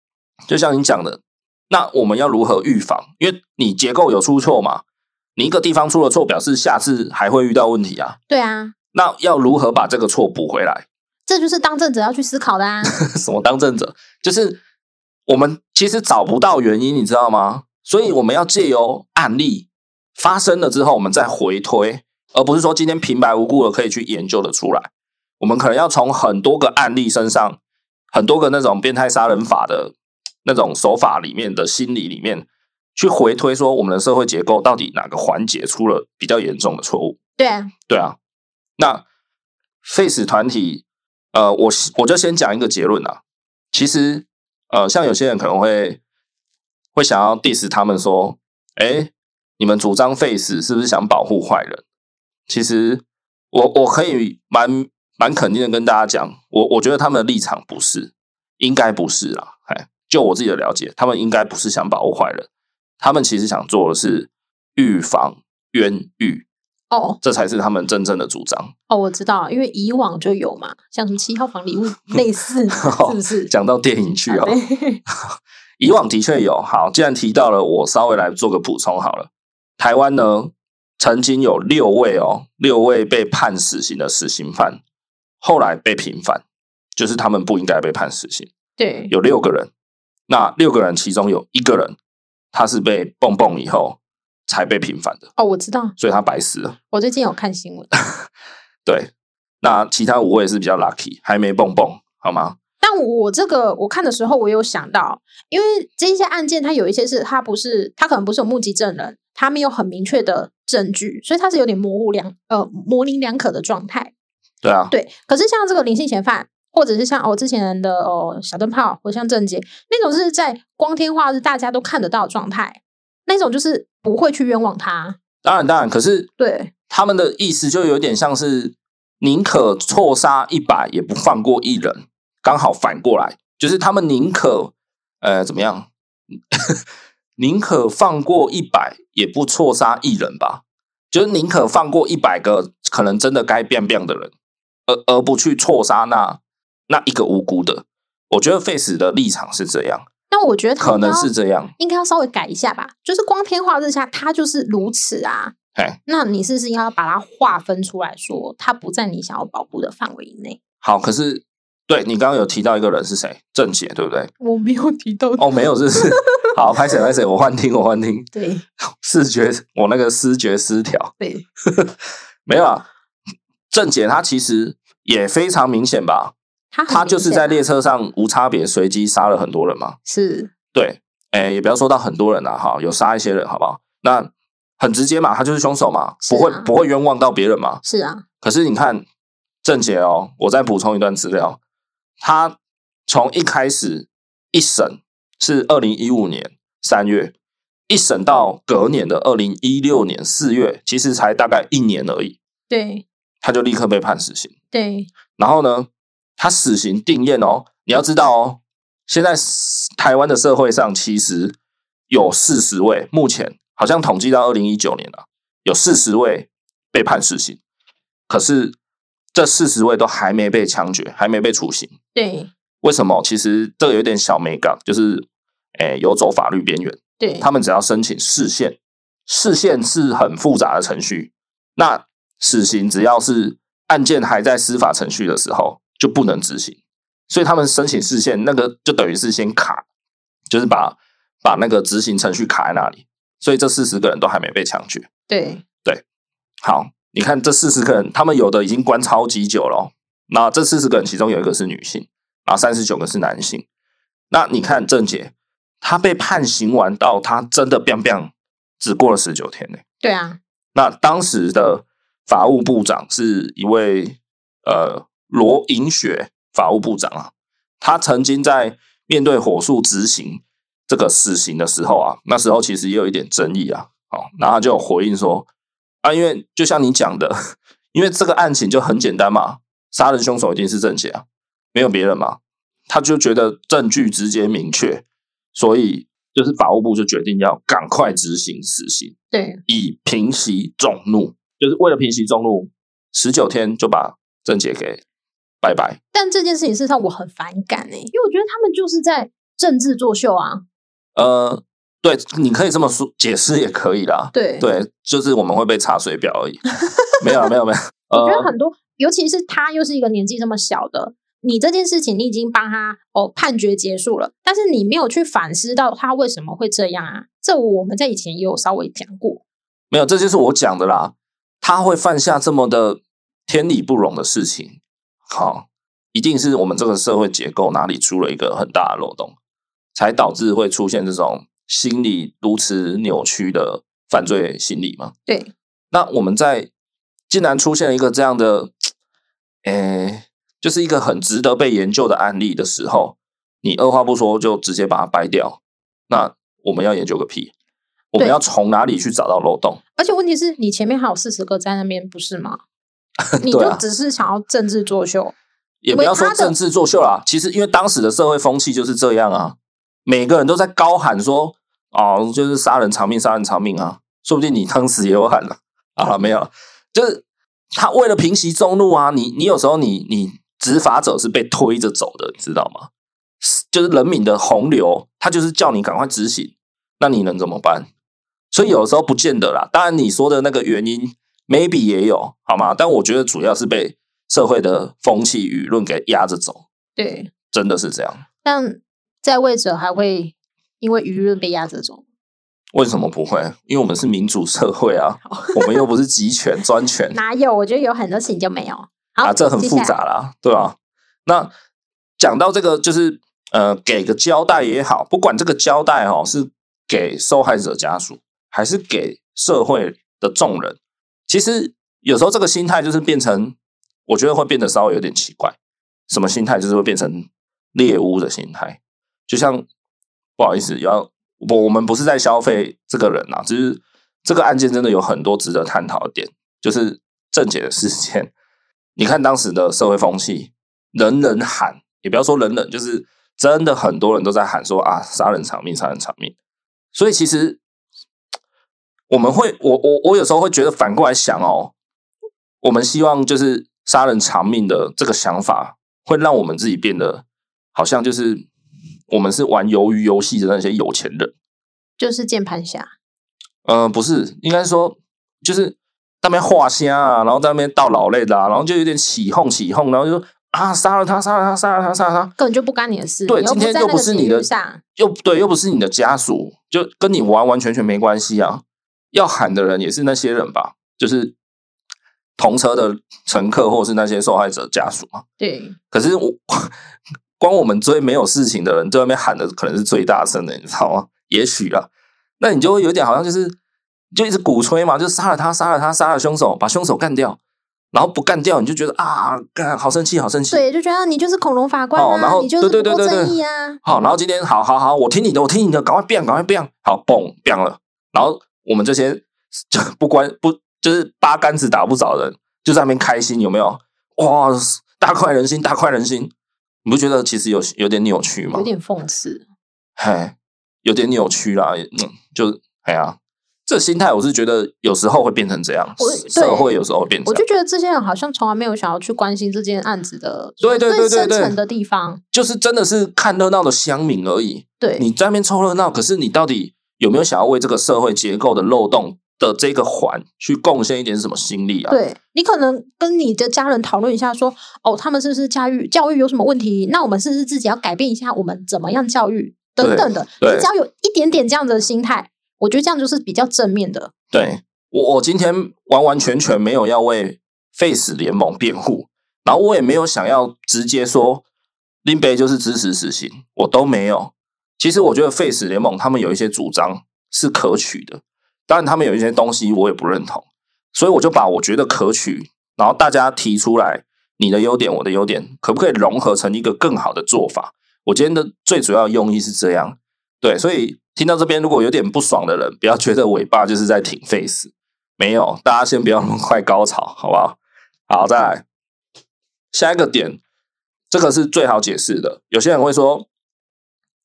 Speaker 1: 就像你讲的，那我们要如何预防？因为你结构有出错嘛，你一个地方出了错，表示下次还会遇到问题啊。
Speaker 2: 对啊，
Speaker 1: 那要如何把这个错补回来？
Speaker 2: 这就是当政者要去思考的啊。
Speaker 1: 什么当政者？就是我们其实找不到原因，你知道吗？所以我们要借由案例发生了之后，我们再回推，而不是说今天平白无故的可以去研究的出来。我们可能要从很多个案例身上，很多个那种变态杀人法的那种手法里面的心理里面，去回推说我们的社会结构到底哪个环节出了比较严重的错误。
Speaker 2: 对啊，
Speaker 1: 对啊，那 Face 团体，呃，我我就先讲一个结论啊。其实，呃，像有些人可能会会想要 diss 他们说，哎，你们主张 Face 是不是想保护坏人？其实我，我可以蛮蛮肯定的跟大家讲，我我觉得他们的立场不是，应该不是啦。哎，就我自己的了解，他们应该不是想保护坏人，他们其实想做的是预防冤狱。
Speaker 2: 哦
Speaker 1: 这才是他们真正的主张。
Speaker 2: 哦，我知道了，因为以往就 有嘛，像什么七号房礼物类似，是不是？
Speaker 1: 哦讲到电影去
Speaker 2: 啊
Speaker 1: 啊，
Speaker 2: 对
Speaker 1: 以往的确有。好，既然提到了，我稍微来做个补充好了。台湾呢，曾经有六位哦，六位被判死刑的死刑犯，后来被平反，就是他们不应该被判死刑。
Speaker 2: 对，
Speaker 1: 有六个人，那六个人其中有一个人，他是被蹦蹦以后才被平反的，
Speaker 2: 哦，我知道，
Speaker 1: 所以他白死了。
Speaker 2: 我最近有看新闻，
Speaker 1: 对，那其他五位是比较 lucky，还没蹦蹦，好吗？
Speaker 2: 但我这个我看的时候，我有想到，因为这些案件，它有一些是它不是，它可能不是有目击证人，它没有很明确的证据，所以它是有点模糊两呃模棱两可的状态。
Speaker 1: 对啊，
Speaker 2: 对，可是像这个林姓嫌犯，或者是像哦之前的哦小灯泡，或像郑杰那种，是在光天化日大家都看得到的状态，那种就是不会去冤枉他。
Speaker 1: 当然当然，可是
Speaker 2: 对，
Speaker 1: 他们的意思就有点像是宁可错杀一百，也不放过一人。刚好反过来，就是他们宁可呃怎么样， 宁可放过一百，也不错杀一人吧。就是宁可放过一百个可能真的该变变的人，而而不去错杀那那一个无辜的。我觉得 Face 的立场是这样，
Speaker 2: 那我觉得他
Speaker 1: 可能
Speaker 2: 应该
Speaker 1: 是
Speaker 2: 要
Speaker 1: 这样。
Speaker 2: 应该要稍微改一下吧，就是光天化日下，他就是如此啊。
Speaker 1: 哎，
Speaker 2: 那你是不是应该要把它划分出来说，它不在你想要保护的范围以内？
Speaker 1: 好，可是对你刚刚有提到一个人是谁？郑姐，对不对？
Speaker 2: 我没有提到
Speaker 1: 哦，没有，是不是？好，拍谁拍谁，我幻听，我幻听，
Speaker 2: 对
Speaker 1: 视觉，我那个视觉失调，
Speaker 2: 对，
Speaker 1: 没有啊。郑姐她其实也非常明显吧，
Speaker 2: 他
Speaker 1: 她就是在列
Speaker 2: 练
Speaker 1: 车上无差别随机杀了很多人嘛。
Speaker 2: 是
Speaker 1: 对，哎，也不要说到很多人啦、啊哈，有杀一些人，好不好？那很直接嘛，他就是凶手嘛，
Speaker 2: 是
Speaker 1: 不会、
Speaker 2: 啊
Speaker 1: 不会冤枉到别人嘛。
Speaker 2: 是啊，
Speaker 1: 可是你看郑姐哦，我再补充一段资料，她从一开始一审是二零一五年三月，一审到隔年的二零一六年四月，其实才大概一年而已，
Speaker 2: 对
Speaker 1: 她就立刻被判死刑。
Speaker 2: 对
Speaker 1: 然后呢，她死刑定验哦，你要知道哦，现在台湾的社会上其实有四十位，目前好像统计到二零一九年了、有四十位被判死刑，可是这四十位都还没被枪决，还没被处刑。
Speaker 2: 对
Speaker 1: 为什么？其实这个有点小美感，就是诶游走法律边缘。
Speaker 2: 对，
Speaker 1: 他们只要申请释宪，释宪是很复杂的程序。那死刑只要是案件还在司法程序的时候就不能执行，所以他们申请释宪那个就等于是先卡，就是把把那个执行程序卡在那里。所以这四十个人都还没被枪决。
Speaker 2: 对
Speaker 1: 好，你看这四十个人，他们有的已经关超级久了哦、那这四十个人其中有一个是女性，然后三十九个是男性。那你看郑姐，她被判刑完到她真的 biang biang，只过了十九天呢、
Speaker 2: 对啊，
Speaker 1: 那当时的法务部长是一位呃罗银雪法务部长啊，他曾经在面对火速执行这个死刑的时候啊，那时候其实也有一点争议啊，好、然后他就有回应说啊，因为就像你讲的，因为这个案情就很简单嘛，杀人凶手一定是郑杰啊，没有别人嘛，他就觉得证据直接明确，所以就是法务部就决定要赶快执行死刑。
Speaker 2: 对
Speaker 1: 以平息众怒，就是为了平息众怒，十九天就把郑姐给拜拜。
Speaker 2: 但这件事情事实上我很反感哎、因为我觉得他们就是在政治作秀啊，
Speaker 1: 呃，对，你可以这么说，解释也可以啦。
Speaker 2: 对，
Speaker 1: 对，就是我们会被查水表而已。没有啊，没有，没有。
Speaker 2: 我觉得
Speaker 1: 呃，
Speaker 2: 很多，尤其是他又是一个年纪这么小的，你这件事情你已经帮他哦判决结束了，但是你没有去反思到他为什么会这样啊？这我们在以前也有稍微讲过，
Speaker 1: 没有，这就是我讲的啦。他会犯下这么的天理不容的事情，好，一定是我们这个社会结构哪里出了一个很大的漏洞，才导致会出现这种心理如此扭曲的犯罪心理嘛？
Speaker 2: 对
Speaker 1: 那我们在竟然出现了一个这样的，诶，就是一个很值得被研究的案例的时候，你二话不说就直接把它掰掉，那我们要研究个屁？我们
Speaker 2: 对
Speaker 1: 要从哪里去找到漏洞？
Speaker 2: 而且问题是你前面还有四十个在那边，不是 吗？你
Speaker 1: 对
Speaker 2: 就
Speaker 1: 啊
Speaker 2: 只是想要政治作秀，
Speaker 1: 也不要说
Speaker 2: 他的
Speaker 1: 政治作秀啦，其实因为当时的社会风气就是这样啊，每个人都在高喊说，哦，就是杀人偿命，杀人偿命啊，说不定你当时也有喊了啊， 没有了，就是他为了平息众怒啊，你你有时候你你执法者是被推着走的，你知道吗？就是人民的洪流，他就是叫你赶快执行，那你能怎么办？所以有时候不见得啦。当然你说的那个原因，maybe 也有，好吗？但我觉得主要是被社会的风气舆论给压着走，
Speaker 2: 对，
Speaker 1: 真的是这样。
Speaker 2: 但在位者还会因为舆论被压着走。
Speaker 1: 为什么不会？因为我们是民主社会啊，我们又不是集权专 权
Speaker 2: 哪有？我觉得有很多事情就没有。好，
Speaker 1: 啊，这很
Speaker 2: 接
Speaker 1: 复
Speaker 2: 下来。
Speaker 1: 杂啦，对吧、那讲到这个，就是呃，给个交代也好，不管这个交代哦是给受害者家属，还是给社会的众人，其实有时候这个心态就是变成，我觉得会变得稍微有点奇怪。什么心态？就是会变成猎巫的心态。就像不好意思，要我我们不是在消费这个人啊，只是这个案件真的有很多值得探讨的点，就是郑姐的事件。你看当时的社会风气，人人喊，也不要说人人，就是真的很多人都在喊说啊，杀人偿命，杀人偿命。所以其实我们会，我我我有时候会觉得反过来想哦，我们希望就是杀人偿命的这个想法，会让我们自己变得好像就是我们是玩鱿鱼游戏的那些有钱人。
Speaker 2: 就是键盘侠，
Speaker 1: 呃，不是，应该说就是在那边画虾啊，然后在那边倒老泪的、啊，然后就有点起哄起哄，然后就说啊杀了他，杀了他，杀了他，杀了他，
Speaker 2: 根本就不干你的事。
Speaker 1: 对
Speaker 2: 你又
Speaker 1: 今天
Speaker 2: 在
Speaker 1: 又
Speaker 2: 那
Speaker 1: 不
Speaker 2: 个
Speaker 1: 是
Speaker 2: 领
Speaker 1: 你
Speaker 2: 域
Speaker 1: 的
Speaker 2: 上，
Speaker 1: 又对，又不是你的家属，就跟你完完全全没关系啊。要喊的人也是那些人吧，就是同车的乘客或是那些受害者家属嘛。
Speaker 2: 对，
Speaker 1: 可是我光我们追没有事情的人，在外面喊的可能是最大声的，你知道吗？也许啊，那你就会有点好像就是就一直鼓吹嘛，就杀了他，杀了他，杀了凶手，把凶手干掉，然后不干掉，你就觉得啊，干好生气，好生气。
Speaker 2: 对，就觉得你就是恐龙法官
Speaker 1: 哦然
Speaker 2: 啊，
Speaker 1: 后
Speaker 2: 你就是
Speaker 1: 对
Speaker 2: 不
Speaker 1: 对
Speaker 2: 够
Speaker 1: 对对
Speaker 2: 正义
Speaker 1: 对
Speaker 2: 啊，
Speaker 1: 好，然后今天好好好，我听你的，我听你的，赶快变，赶快变，好嘣变了。然后我们这些就不关不就是八竿子打不着的人，就在那边开心，有没有？哇，大快人心，大快人心！你不觉得其实有有点扭曲吗
Speaker 2: 有？点讽
Speaker 1: 嗯
Speaker 2: 刺。
Speaker 1: 嘿，有点扭曲啦，嗯，就哎呀，这心态我是觉得有时候会变成这样
Speaker 2: 我，
Speaker 1: 社
Speaker 2: 对
Speaker 1: 会有时候会变成
Speaker 2: 我
Speaker 1: 这样，
Speaker 2: 就觉得这些人好像从来没有想要去关心这件案子的
Speaker 1: 对对对
Speaker 2: 最深
Speaker 1: 对对
Speaker 2: 层的地方。
Speaker 1: 就是真的是看热闹的乡民而已。
Speaker 2: 对
Speaker 1: 你在那边凑热闹，可是你到底有没有想要为这个社会结构的漏洞的这个环去贡献一点什么心力啊？，
Speaker 2: 对，你可能跟你的家人讨论一下说，哦，他们是不是教育教育有什么问题？那我们是不是自己要改变一下，我们怎么样教育等等的？
Speaker 1: 对
Speaker 2: 你只要有一点点这样的心态，我觉得这样就是比较正面的。
Speaker 1: 对我我今天完完全全没有要为 Face 联盟辩护，然后我也没有想要直接说林北就是支持死刑，我都没有。其实我觉得 Face 联盟他们有一些主张是可取的，当然他们有一些东西我也不认同，所以我就把我觉得可取，然后大家提出来你的优点，我的优点，可不可以融合成一个更好的做法？我今天的最主要的用意是这样，对，所以听到这边如果有点不爽的人，不要觉得尾巴就是在挺 face，没有，大家先不要那么快高潮，好不好？好，再来下一个点，这个是最好解释的。有些人会说，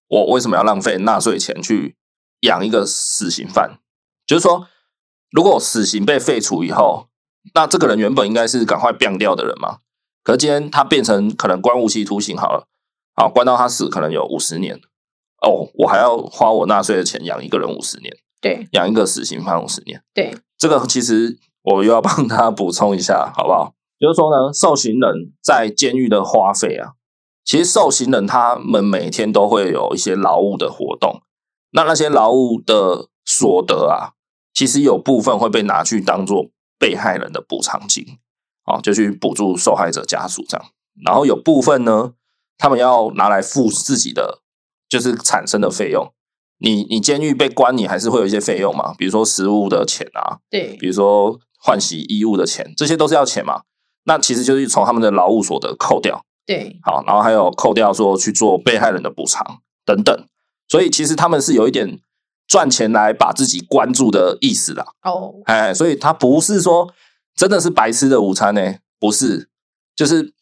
Speaker 1: 我为什么要浪费纳税钱去养一个死刑犯？就是说，如果死刑被废除以后，那这个人原本应该是赶快变掉的人嘛，可是今天他变成可能关无期徒刑好了，好关到他死可能有五十年。哦，我还要花我纳税的钱养一个人五十年，
Speaker 2: 对
Speaker 1: 养一个死刑犯五十年。
Speaker 2: 对，
Speaker 1: 这个其实我又要帮 大家补充一下，好不好？就是说呢，受刑人在监狱的花费啊，其实受刑人他们每天都会有一些劳务的活动，那那些劳务的所得啊，其实有部分会被拿去当做被害人的补偿金，啊，就去补助受害者家属这样。然后有部分呢，他们要拿来付自己的就是产生的费用。你你监狱被关，你还是会有一些费用嘛，比如说食物的钱啊，
Speaker 2: 对
Speaker 1: 比如说换洗衣物的钱，这些都是要钱嘛。那其实就是从他们的劳务所得扣掉，
Speaker 2: 对
Speaker 1: 好，然后还有扣掉说去做被害人的补偿等等。所以其实他们是有一点赚钱来把自己关注的意思啦，
Speaker 2: 哦，
Speaker 1: 哎，所以他不是说真的是白吃的午餐呢、不是，就是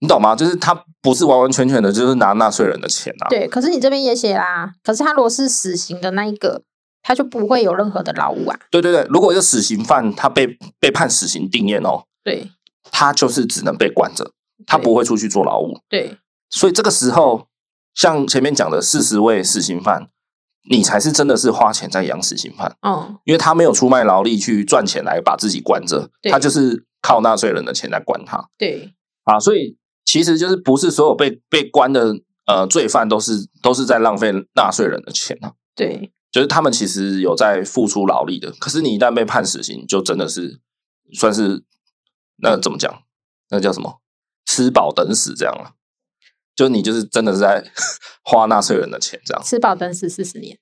Speaker 1: 你懂吗？就是他不是完完全全的，就是拿纳税人的钱啊，
Speaker 2: 对，可是你这边也写啦，可是他如果是死刑的那一个，他就不会有任何的劳务啊。
Speaker 1: 对对对，如果一个死刑犯他被被判死刑定验哦，
Speaker 2: 对
Speaker 1: 他就是只能被关着，他
Speaker 2: 对
Speaker 1: 不会出去做劳务。
Speaker 2: 对
Speaker 1: 所以这个时候，像前面讲的四十位死刑犯，你才是真的是花钱在养死刑犯，
Speaker 2: 嗯，
Speaker 1: 因为他没有出卖劳力去赚钱来把自己关着，
Speaker 2: 对
Speaker 1: 他就是靠纳税人的钱来关他
Speaker 2: 对，
Speaker 1: 啊。所以其实就是不是所有被被关的呃罪犯都是都是在浪费纳税人的钱啊。
Speaker 2: 对，
Speaker 1: 就是他们其实有在付出劳力的，可是你一旦被判死刑，就真的是算是那怎么讲？那叫什么？吃饱等死这样了、就你就是真的是在 花纳税人的钱这样。
Speaker 2: 吃饱等死四十年。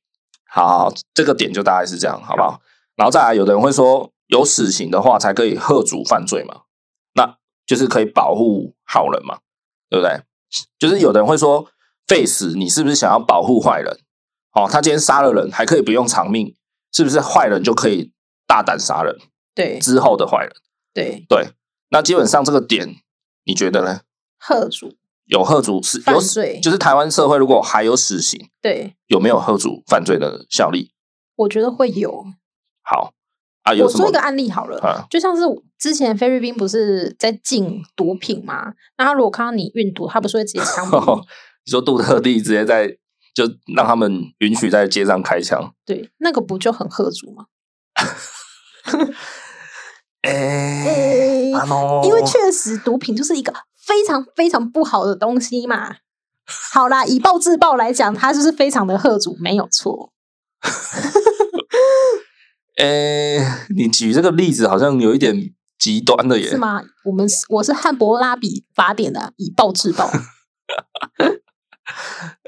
Speaker 1: 好好好，这个点就大概是这样，好不好？然后再来，有的人会说，有死刑的话才可以贺主犯罪嘛，那就是可以保护好人嘛，对不对？就是有的人会说，废死，你是不是想要保护坏人？哦，他今天杀了人，还可以不用偿命，是不是坏人就可以大胆杀人？
Speaker 2: 对
Speaker 1: 之后的坏人，
Speaker 2: 对，
Speaker 1: 那基本上这个点，你觉得呢？
Speaker 2: 贺主
Speaker 1: 有贺主是
Speaker 2: 犯
Speaker 1: 有
Speaker 2: 罪
Speaker 1: 就是台湾社会如果还有死刑，
Speaker 2: 对，
Speaker 1: 有没有贺主犯罪的效力？
Speaker 2: 我觉得会有。
Speaker 1: 好啊，有
Speaker 2: 我
Speaker 1: 什么
Speaker 2: 说一个案例好了，
Speaker 1: 啊？
Speaker 2: 就像是之前菲律宾不是在禁毒品嘛？那他如果看到你运毒，他不是会直接枪毙 你
Speaker 1: 你说杜特地直接在就让他们允许在街上开枪？
Speaker 2: 对，那个不就很贺主吗？
Speaker 1: 哎、
Speaker 2: 诶
Speaker 1: 啊 no，
Speaker 2: 因为确实毒品就是一个非常非常不好的东西嘛。好啦，以暴制暴来讲，它就是非常的贺主，没有错。
Speaker 1: 哎、你举这个例子好像有一点极端的耶，
Speaker 2: 是吗？我们是我是汉博拉比法典的以暴制暴，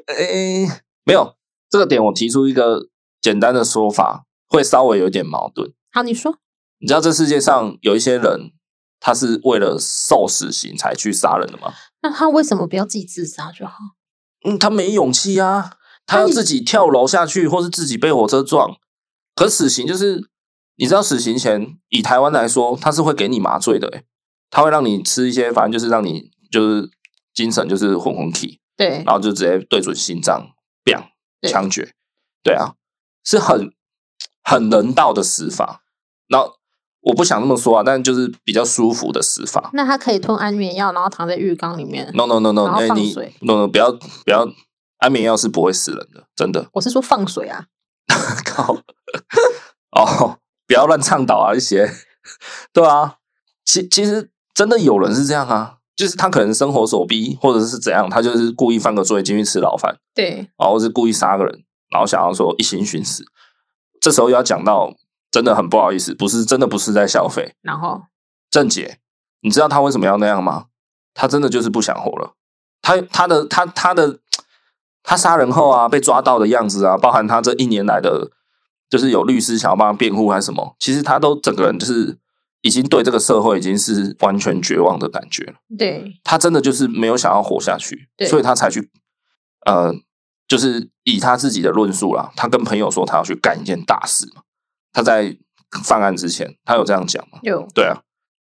Speaker 1: 诶、哎没有这个点，我提出一个简单的说法，会稍微有点矛盾。
Speaker 2: 好，你说
Speaker 1: 你知道这世界上有一些人，他是为了受死刑才去杀人的吗？
Speaker 2: 那他为什么不要自己自杀就好？
Speaker 1: 嗯，他没勇气啊，他
Speaker 2: 他
Speaker 1: 要
Speaker 2: 也
Speaker 1: 自己跳楼下去，或是自己被火车撞。可死刑就是，你知道死刑前以台湾来说，他是会给你麻醉的、欸，他会让你吃一些，反正就是让你就是精神就是混混体，
Speaker 2: 对
Speaker 1: 然后就直接对准心脏，bang
Speaker 2: 对
Speaker 1: 枪决，对啊，是很很人道的死法。然后我不想那么说啊，但就是比较舒服的死法。
Speaker 2: 那他可以吞安眠药，然后躺在浴缸里面。
Speaker 1: No no no no，
Speaker 2: 然后
Speaker 1: 哎、
Speaker 2: 放
Speaker 1: 你
Speaker 2: 水
Speaker 1: no no 不要不要，安眠药是不会死人的，真的。
Speaker 2: 我是说放水啊，
Speaker 1: 靠！ 哦，不要乱倡导啊，一些 对啊，其其实真的有人是这样啊，就是他可能生活所逼，或者是怎样，他就是故意犯个罪进去吃牢饭，
Speaker 2: 对
Speaker 1: 然后是故意杀个人，然后想要说一心寻死。这时候要讲到，真的很不好意思，不是真的不是在消费
Speaker 2: 然后
Speaker 1: 郑姐，你知道他为什么要那样吗？他真的就是不想活了。他他的他他的他杀人后啊，被抓到的样子啊，包含他这一年来的，就是有律师想要帮他辩护还是什么，其实他都整个人就是已经对这个社会已经是完全绝望的感觉了。
Speaker 2: 对
Speaker 1: 他真的就是没有想要活下去
Speaker 2: 对，
Speaker 1: 所以他才去呃，就是以他自己的论述啦，他跟朋友说他要去干一件大事嘛。他在犯案之前，他有这样讲吗？
Speaker 2: 有
Speaker 1: 对啊，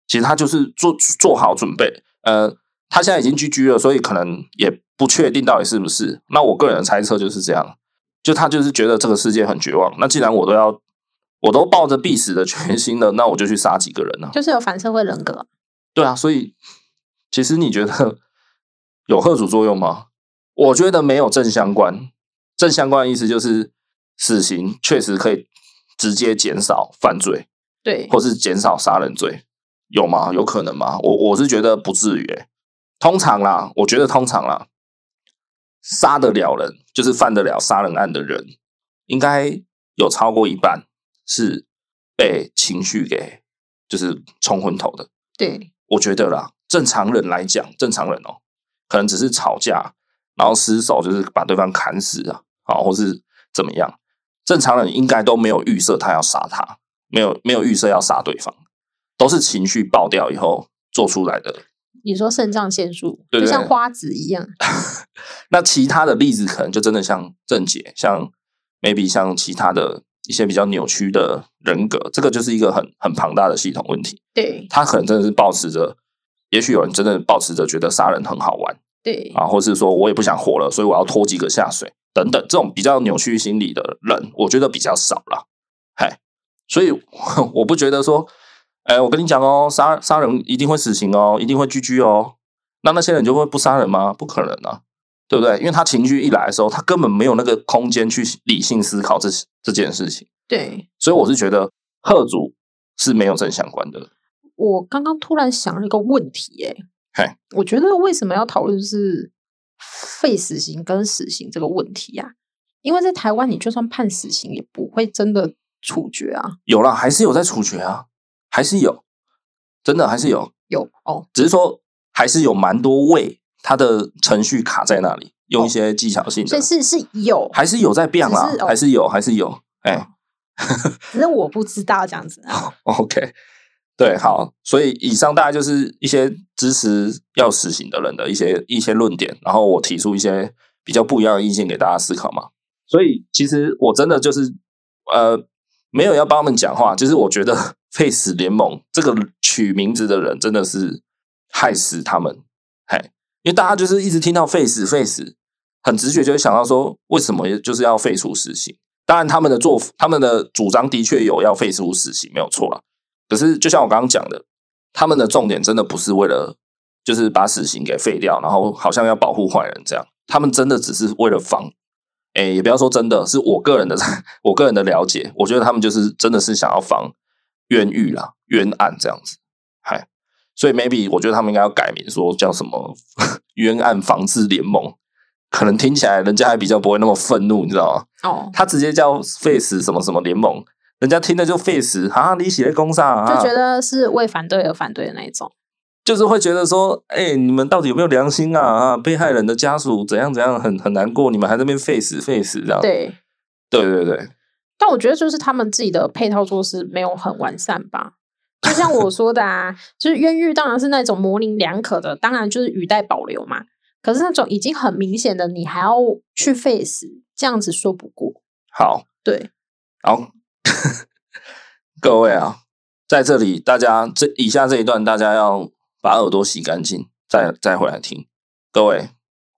Speaker 1: 其实他就是做做好准备。呃，他现在已经居居了，所以可能也不确定到底是不是。那我个人的猜测就是这样，就他就是觉得这个世界很绝望。那既然我都要，我都抱着必死的决心了，那我就去杀几个人啊。
Speaker 2: 就是有反社会人格，
Speaker 1: 对啊，所以其实你觉得有贺主作用吗？我觉得没有正相关。正相关的意思就是死刑确实可以直接减少犯罪，
Speaker 2: 对
Speaker 1: 或是减少杀人罪，有吗？有可能吗？我我是觉得不至于、欸。通常啦，我觉得通常啦，杀得了人，就是犯得了杀人案的人，应该有超过一半是被情绪给就是冲昏头的。
Speaker 2: 对
Speaker 1: 我觉得啦，正常人来讲，正常人哦，可能只是吵架，然后失手就是把对方砍死啊，啊，或是怎么样，正常人应该都没有预设他要杀他，没有没有预设要杀对方，都是情绪爆掉以后做出来的。
Speaker 2: 你说肾脏腺素
Speaker 1: 对
Speaker 2: 就
Speaker 1: 对
Speaker 2: 像花子一样，
Speaker 1: 那其他的例子可能就真的像郑姐，像 maybe 像其他的一些比较扭曲的人格，这个就是一个很很庞大的系统问题。
Speaker 2: 对
Speaker 1: 他可能真的是保持着，也许有人真的保持着觉得杀人很好玩。
Speaker 2: 对
Speaker 1: 啊，或是说我也不想活了，所以我要拖几个下水等等，这种比较扭曲心理的人，我觉得比较少了。嗨，所以我 不觉得说，哎、我跟你讲哦，杀杀人一定会死刑哦，一定会拘拘哦，那那些人就会不杀人吗？不可能啊，对不对？因为他情绪一来的时候，他根本没有那个空间去理性思考这这件事情。
Speaker 2: 对
Speaker 1: 所以我是觉得贺主是没有正相关的。
Speaker 2: 我刚刚突然想了一个问题、欸，
Speaker 1: 嗨
Speaker 2: 我觉得为什么要讨论是废死刑跟死刑这个问题呀、因为在台湾，你就算判死刑，也不会真的处决啊。
Speaker 1: 有啦，还是有在处决啊，还是有，真的还是有，
Speaker 2: 有哦，
Speaker 1: 只是说还是有蛮多位他的程序卡在那里，用一些技巧性的，
Speaker 2: 所以是是有，
Speaker 1: 还是有在变啦
Speaker 2: 只是，哦
Speaker 1: 还是有，还是有，哎、
Speaker 2: 只是我不知道这样子啊。
Speaker 1: OK，对，好，所以以上大概就是一些支持要死刑的人的一些一些论点，然后我提出一些比较不一样的意见给大家思考嘛。所以其实我真的就是呃，没有要帮他们讲话，就是我觉得 Face 联盟这个取名字的人真的是害死他们，嘿，因为大家就是一直听到 Face Face，很直觉就会想到说，为什么就是要废除死刑？当然，他们的做他们的主张的确有要废除死刑，没有错啦。可是，就像我刚刚讲的，他们的重点真的不是为了就是把死刑给废掉，然后好像要保护坏人这样，他们真的只是为了防。诶，也不要说真的，是我个人的， 我个人的了解，我觉得他们就是真的是想要防冤狱啦、冤案这样子，嗨，所以 maybe 我觉得他们应该要改名，说叫什么 冤案防治联盟，可能听起来人家还比较不会那么愤怒，你知道吗？
Speaker 2: 哦，
Speaker 1: 他直接叫 Face 什么什么联盟，人家听了就 Face 啊，你写在公上啊，
Speaker 2: 哦就觉得是为反对而反对的那一种。
Speaker 1: 就是会觉得说，哎、你们到底有没有良心啊？啊，被害人的家属怎样怎样，很很难过，你们还在那边 Face Face 这样，
Speaker 2: 对，
Speaker 1: 对对对，
Speaker 2: 但我觉得就是他们自己的配套措施没有很完善吧。就像我说的啊，就是冤狱当然是那种模棱两可的，当然就是语带保留嘛。可是那种已经很明显的，你还要去 face，这样子说不过。
Speaker 1: 好，
Speaker 2: 对，
Speaker 1: 然后 各位啊，在这里大家这以下这一段大家要把耳朵洗干净，再再回来听，各位。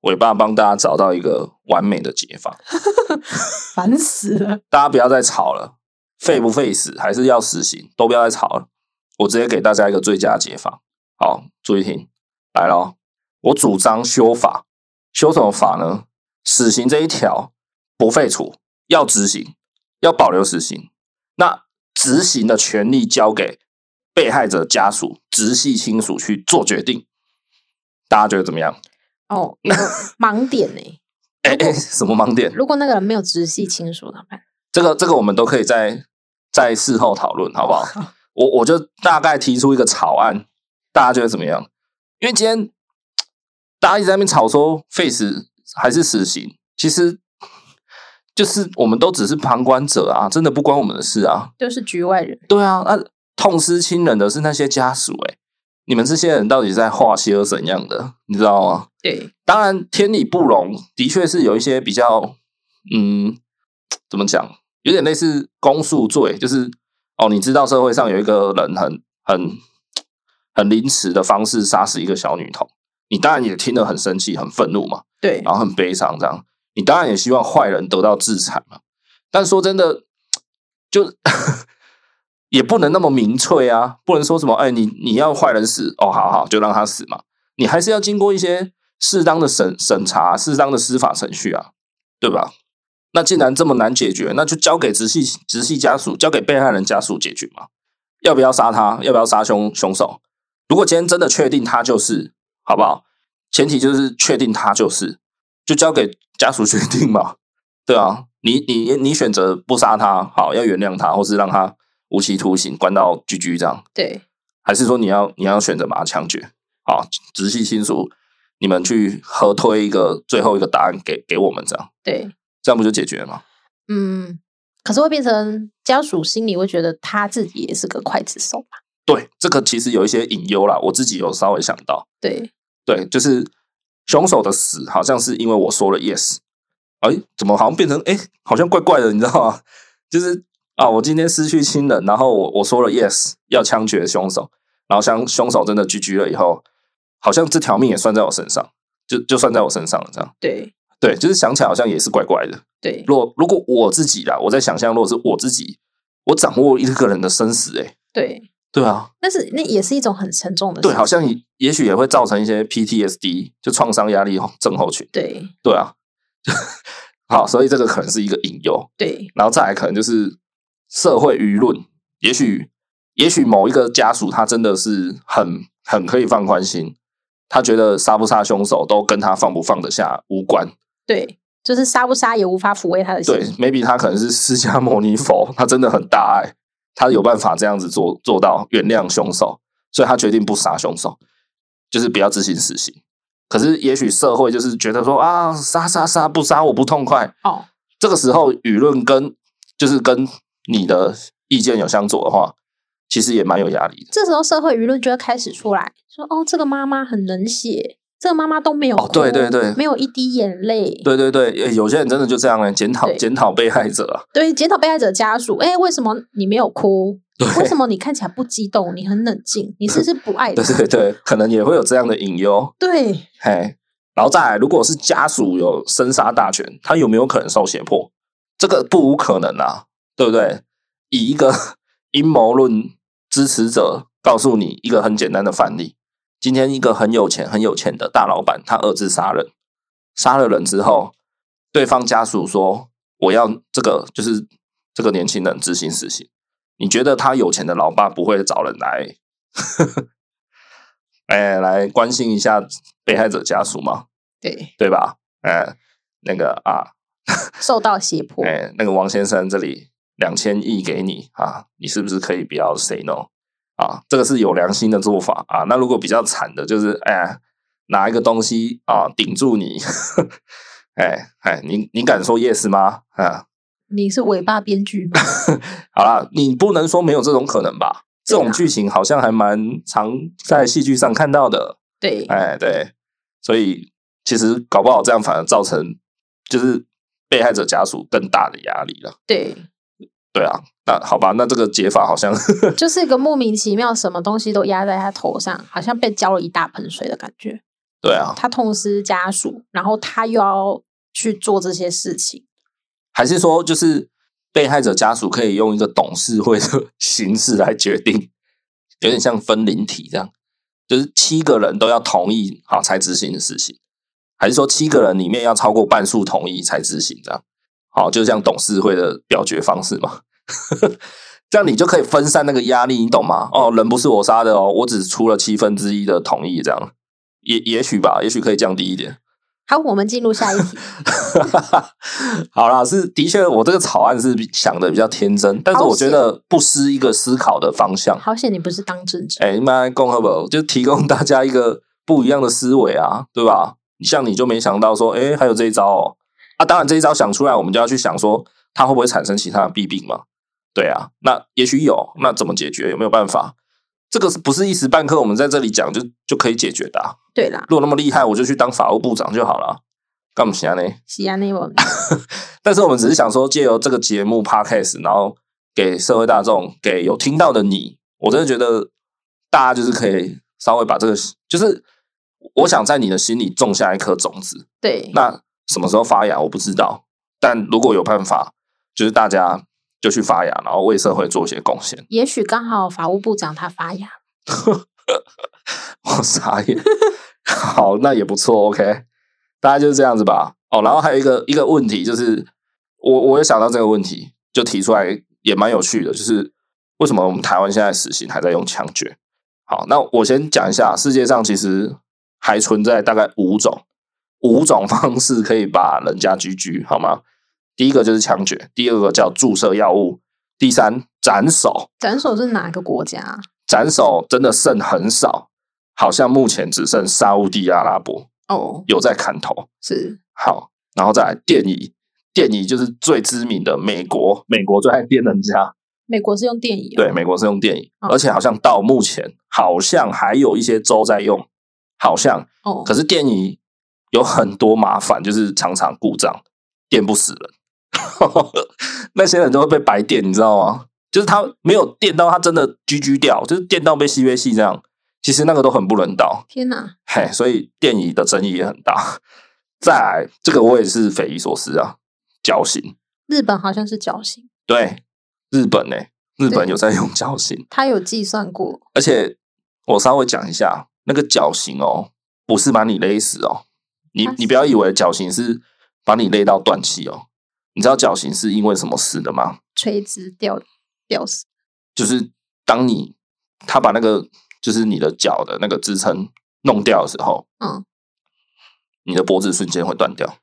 Speaker 1: 尾巴帮大家找到一个完美的解法，
Speaker 2: 烦死了。
Speaker 1: 大家不要再吵了，废不废死还是要死刑，都不要再吵了。我直接给大家一个最佳解法。好，注意听，来咯，我主张修法，修什么法呢？死刑这一条不废除，要执行，要保留死刑。那执行的权利交给被害者家属、直系亲属去做决定。大家觉得怎么样？
Speaker 2: 哦，有个盲点呢、
Speaker 1: 哎哎，什么盲点？
Speaker 2: 如果那个人没有直系亲属怎么办？
Speaker 1: 这个这个我们都可以在在事后讨论，好不好？我我就大概提出一个草案，大家觉得怎么样？因为今天大家一直在那边吵说废死还是死刑，其实就是我们都只是旁观者啊，真的不关我们的事啊。
Speaker 2: 就是局外人。
Speaker 1: 对啊，那痛失亲人的是那些家属、欸，你们这些人到底在画些又怎样的？你知道吗？
Speaker 2: 对，
Speaker 1: 当然，天理不容，的确是有一些比较，嗯，怎么讲，有点类似公诉罪，就是哦，你知道社会上有一个人很很很凌迟的方式杀死一个小女童，你当然也听得很生气、很愤怒嘛，
Speaker 2: 对，
Speaker 1: 然后很悲伤，这样，你当然也希望坏人得到制裁嘛。但说真的，就 也不能那么明确啊，不能说什么，哎，你你要坏人死，哦，好好就让他死嘛，你还是要经过一些适当的审审查、适当的司法程序啊，对吧？那既然这么难解决，那就交给直系直系家属，交给被害人家属解决嘛。要不要杀他？要不要杀凶凶手？如果今天真的确定他就是，好不好？前提就是确定他就是，就交给家属决定嘛。对啊，你你你选择不杀他，好，要原谅他，或是让他无期徒刑，关到居居这样。
Speaker 2: 对，
Speaker 1: 还是说你要你要选择把它枪决？好，直系亲属，你们去合推一个最后一个答案给给我们，这样
Speaker 2: 对，
Speaker 1: 这样不就解决了吗？
Speaker 2: 嗯。可是会变成家属心里会觉得他自己也是个刽子手吧？
Speaker 1: 对，这个其实有一些隐忧啦，我自己有稍微想到，
Speaker 2: 对，
Speaker 1: 对，就是凶手的死好像是因为我说了 yes，哎，怎么好像变成哎，好像怪怪的，你知道吗？就是啊，我今天失去亲人，然后我我说了 yes 要枪决凶手，然后像凶手真的 GG 了以后，好像这条命也算在我身上，就就算在我身上了，这样。
Speaker 2: 对，
Speaker 1: 对，就是想起来好像也是怪怪的。
Speaker 2: 对，
Speaker 1: 若如果我自己啦，我在想象，如果是我自己，我掌握一个人的生死、欸，
Speaker 2: 对，
Speaker 1: 对啊，
Speaker 2: 但是那也是一种很沉重的事
Speaker 1: 对，
Speaker 2: 情。
Speaker 1: 好像也也许也会造成一些 PTSD，就创伤压力症候群。
Speaker 2: 对
Speaker 1: 对啊，好，所以这个可能是一个隐忧。
Speaker 2: 对
Speaker 1: 然后再来可能就是社会舆论，也许也许某一个家属他真的是很很可以放宽心，他觉得杀不杀凶手都跟他放不放得下无关。
Speaker 2: 对，就是杀不杀也无法抚慰他的心
Speaker 1: 对。，maybe 他可能是释迦牟尼佛，他真的很大爱，他有办法这样子做做到原谅凶手，所以他决定不杀凶手，就是不要执行死刑。可是也许社会就是觉得说啊，杀杀杀不杀我不痛快，
Speaker 2: 哦，
Speaker 1: 这个时候舆论跟就是跟你的意见有相左的话，其实也蛮有压力的。
Speaker 2: 这时候社会舆论就会开始出来说：“哦，这个妈妈很冷血，这个妈妈都没有
Speaker 1: 哦
Speaker 2: 哭
Speaker 1: 对对对
Speaker 2: 没有一滴眼泪。
Speaker 1: 对对对，呃有些人真的就这样来检讨
Speaker 2: 对
Speaker 1: 检讨被害者啊，
Speaker 2: 对，检讨被害者家属，哎，为什么你没有哭？为什么你看起来不激动？你很冷静，你是不是不爱他
Speaker 1: 对？对对，可能也会有这样的隐忧。
Speaker 2: 对
Speaker 1: 嘿，然后再来，如果是家属有生杀大权，他有没有可能受胁迫？这个不无可能啊，对不对？以一个 阴谋论支持者告诉你一个很简单的范例：今天一个很有钱、很有钱的大老板，他儿子杀人，杀了人之后，对方家属说：“我要这个，就是这个年轻人执行死刑。”你觉得他有钱的老爸不会找人来哎，来关心一下被害者家属嘛，
Speaker 2: 对，
Speaker 1: 对吧？哎，那个啊，
Speaker 2: 受到胁迫，
Speaker 1: 哎，那个王先生这里两千亿给你啊，你是不是可以不要 say no 啊？这个是有良心的做法啊。那如果比较惨的，就是哎，拿一个东西啊顶住你，哎哎，你你敢说 yes 吗？啊，
Speaker 2: 你是尾巴编 剧吗？
Speaker 1: 好啦，你不能说没有这种可能吧？这
Speaker 2: 对
Speaker 1: 种
Speaker 2: 啊
Speaker 1: 剧情好像还蛮常在戏剧上看到的。
Speaker 2: 对
Speaker 1: 哎，对，所以其实搞不好这样反而造成就是被害者家属更大的压力了。
Speaker 2: 对，
Speaker 1: 对啊，那好吧，那这个解法好像
Speaker 2: 就是一个莫名其妙，什么东西都压在他头上，好像被浇了一大盆水的感觉。
Speaker 1: 对啊，
Speaker 2: 他痛失家属，然后他又要去做这些事情。
Speaker 1: 还是说就是被害者家属可以用一个董事会的 形式来决定，有点像分灵体这样，就是七个人都要同意好才执行的事情，还是说七个人里面要超过半数同意才执行这样？好，就像董事会的表决方式嘛， 这样你就可以分散那个压力，你懂吗？哦，人不是我杀的哦，我只出了七分之一的同意，这样也也许吧，也许可以降低一点。
Speaker 2: 好，我们进入下 一题。
Speaker 1: 好啦，是的确，我这个草案是比想的比较天真，但是我觉得不失一个思考的方向。
Speaker 2: 好险你不是当政治，
Speaker 1: 哎，妈，共和宝就提供大家一个不一样的思维啊，对吧？像你就没想到说，哎，还有这一招哦。啊，当然这一招想出来，我们就要去想说，它会不会产生其他的弊病嘛？对啊，那也许有，那怎么解决？有没有办法？这个是不是一时半刻我们在这里讲就就可以解决的、啊？
Speaker 2: 对啦，
Speaker 1: 如果那么厉害，我就去当法务部长就好了，啊干嘛呢？
Speaker 2: 西安那文，
Speaker 1: 但是我们只是想说，借由这个节目 podcast，然后给社会大众、给有听到的你，我真的觉得大家就是可以稍微把这个，就是我想在你的心里种下一颗种子。
Speaker 2: 对
Speaker 1: 那什么时候发芽，我不知道。但如果有办法，就是大家就去发芽，然后为社会做一些贡献。
Speaker 2: 也许刚好法务部长他发芽，
Speaker 1: 我傻眼。好，那也不错，OK，大概就是这样子吧。哦，然后还有一个一个问题，就是我我有想到这个问题，就提出来也蛮有趣的，就是为什么我们台湾现在死刑还在用枪决？好，那我先讲一下，世界上其实还存在大概五种五种方式可以把人家居居，好吗？第一个就是枪决，第二个叫注射药物，第三斩首，
Speaker 2: 斩首是哪个国家？
Speaker 1: 斩首真的剩很少，好像目前只剩沙乌地阿拉伯
Speaker 2: 哦，
Speaker 1: 有在砍头。
Speaker 2: 是
Speaker 1: 好，然后再来电椅，电椅就是最知名的美国，美国最爱电人家。
Speaker 2: 美国是用电影、
Speaker 1: 对，，美国是用电椅，
Speaker 2: 哦
Speaker 1: 而且好像到目前好像还有一些州在用，好像
Speaker 2: 哦
Speaker 1: 可，是电椅有很多麻烦，就是常常故障，电不死人， 那些人都会被白电，你知道吗？就是他没有电到，他真的居居掉，就是电到被吸被吸这样。其实那个都很不人道，
Speaker 2: 天哪，
Speaker 1: 嘿，所以电椅的争议也很大。再来，这个我也是匪夷所思啊，绞刑，
Speaker 2: 日本好像是绞刑，
Speaker 1: 对，日本呢、欸日本有在用绞刑，
Speaker 2: 他有计算过，
Speaker 1: 而且我稍微讲一下，那个绞刑哦，不是把你勒死哦，你
Speaker 2: 啊
Speaker 1: 你不要以为绞刑是把你勒到断气哦，你知道绞刑是因为什么死的吗？
Speaker 2: 垂直吊吊死，
Speaker 1: 就是当你他把那个就是你的脚的那个支撑弄掉的时候，
Speaker 2: 嗯，
Speaker 1: 你的脖子瞬间会断掉，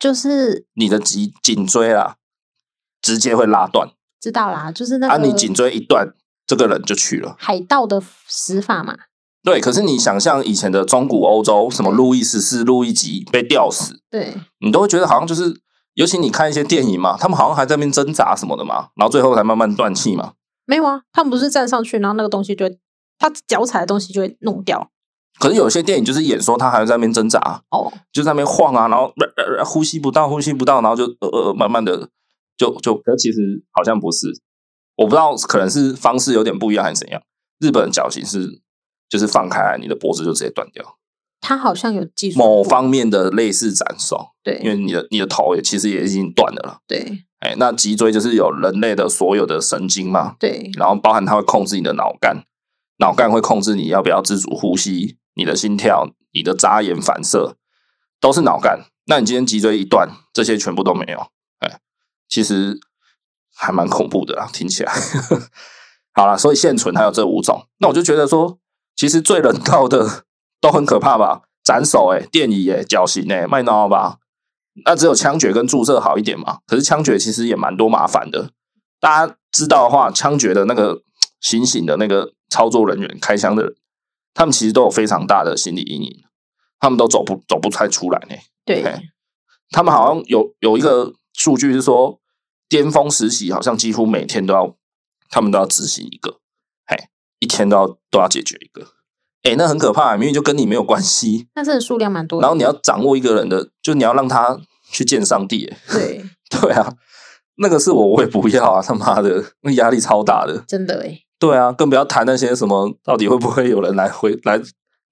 Speaker 2: 就是
Speaker 1: 你的脊颈椎啦直接会拉断，
Speaker 2: 知道啦，就是那
Speaker 1: 啊，
Speaker 2: 个
Speaker 1: 你颈椎一断，这个人就去了。
Speaker 2: 海盗的死法嘛，
Speaker 1: 对，可是你想象以前的中古欧洲，什么路易十四、路易吉被吊死，
Speaker 2: 对，
Speaker 1: 你都会觉得好像就是，尤其你看一些电影嘛，他们好像还在那边挣扎什么的嘛，然后最后才慢慢断气嘛。
Speaker 2: 没有啊，他们不是站上去，然后那个东西就会他脚踩的东西就会弄掉
Speaker 1: 可是有些电影就是演说他还在那边挣扎，
Speaker 2: 哦，
Speaker 1: 就在那边晃啊，然后、呃呃呃呼吸不到，呼吸不到，然后就呃呃慢慢的就就，可是其实好像不是，我不知道可能是方式有点不一样还是怎样。日本的绞刑是就是放开来，你的脖子就直接断掉，
Speaker 2: 他好像有技术
Speaker 1: 某方面的类似斩首，因
Speaker 2: 对
Speaker 1: 为你的你的头也其实也已经断了啦。
Speaker 2: 对
Speaker 1: 哎，那脊椎就是有人类的所有的神经嘛，
Speaker 2: 对
Speaker 1: 然后包含它会控制你的脑干，脑干会控制你要不要自主呼吸、你的心跳、你的眨眼反射，都是脑干。那你今天脊椎一断，这些全部都没有，哎，其实还蛮恐怖的啦，听起来。 好啦，所以现存还有这五种，那我就觉得说，其实最人道的都很可怕吧，斩首哎、电椅哎、绞刑哎、卖闹吧。那只有枪决跟注射好一点嘛，可是枪决其实也蛮多麻烦的，大家知道的话，枪决的那个醒醒的那个操作人员、开枪的人，他们其实都有非常大的心理阴影，他们都走不走不太出来呢。
Speaker 2: 对
Speaker 1: 哎他们好像有有一个数据是说，巅峰时期好像几乎每天都要，他们都要执行一个，哎，一天都要都要解决一个，哎，那很可怕，明明就跟你没有关系，
Speaker 2: 但是数量蛮多的，
Speaker 1: 然后你要掌握一个人的，就你要让他去见上帝，哎
Speaker 2: 对
Speaker 1: 对啊，那个是我我也不要啊，他妈的，那压力超大的。
Speaker 2: 真的欸诶，
Speaker 1: 对啊，更不要谈那些什么到底会不会有人来回来，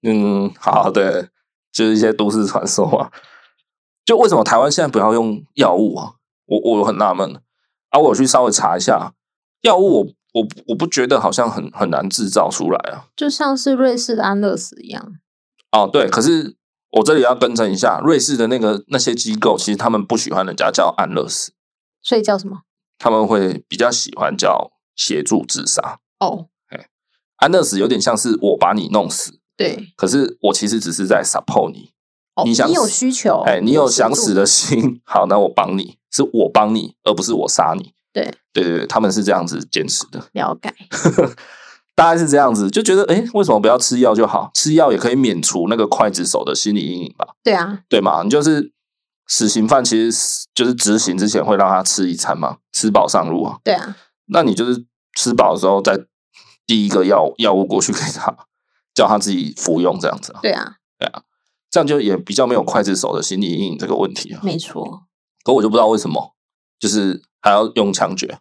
Speaker 1: 嗯，好对，就是一些都市传说啊。就为什么台湾现在不要用药物啊？我我很纳闷啊，我有去稍微查一下，药物我我我不觉得好像很很难制造出来啊。
Speaker 2: 就像是瑞士的安乐死一样，
Speaker 1: 哦，对，可是我这里要更正一下，瑞士的那个那些机构，其实他们不喜欢人家叫安乐死，
Speaker 2: 所以叫什么？
Speaker 1: 他们会比较喜欢叫协助自杀。
Speaker 2: 哦，
Speaker 1: 安乐死有点像是我把你弄死，
Speaker 2: 对
Speaker 1: 可是我其实只是在 support 你，
Speaker 2: 哦，
Speaker 1: 你想
Speaker 2: 有
Speaker 1: 死
Speaker 2: 需求，
Speaker 1: 哎、你有想
Speaker 2: 协助
Speaker 1: 死的心， 好，那我帮你，是我帮你，而不是我杀你。
Speaker 2: 对
Speaker 1: 对对对，他们是这样子坚持的，
Speaker 2: 了解，
Speaker 1: 大概是这样子，就觉得哎、诶为什么不要吃药就好？吃药也可以免除那个刽子手的心理阴影吧？
Speaker 2: 对啊，
Speaker 1: 对吗？你就是死刑犯，其实是就是执行之前会让他吃一餐嘛，吃饱上路啊。
Speaker 2: 对啊，
Speaker 1: 那你就是吃饱的时候再第一个药药物过去给他，叫他自己服用这样子啊，
Speaker 2: 对啊，
Speaker 1: 这样就也比较没有刽子手的心理阴影这个问题啊。
Speaker 2: 没错，
Speaker 1: 可我就不知道为什么，就是还要用枪决，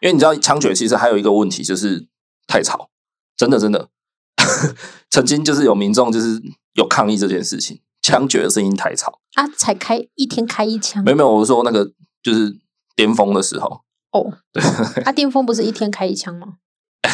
Speaker 1: 因为你知道枪决其实还有一个问题就是太吵，真的真的， 曾经就是有民众就是有抗议这件事情，枪决的声音太吵。
Speaker 2: 啊，才开一天开一枪
Speaker 1: 没，有没有，我是说那个就是巅峰的时候，
Speaker 2: 哦，
Speaker 1: 对，
Speaker 2: 啊，巅峰不是一天开一枪吗？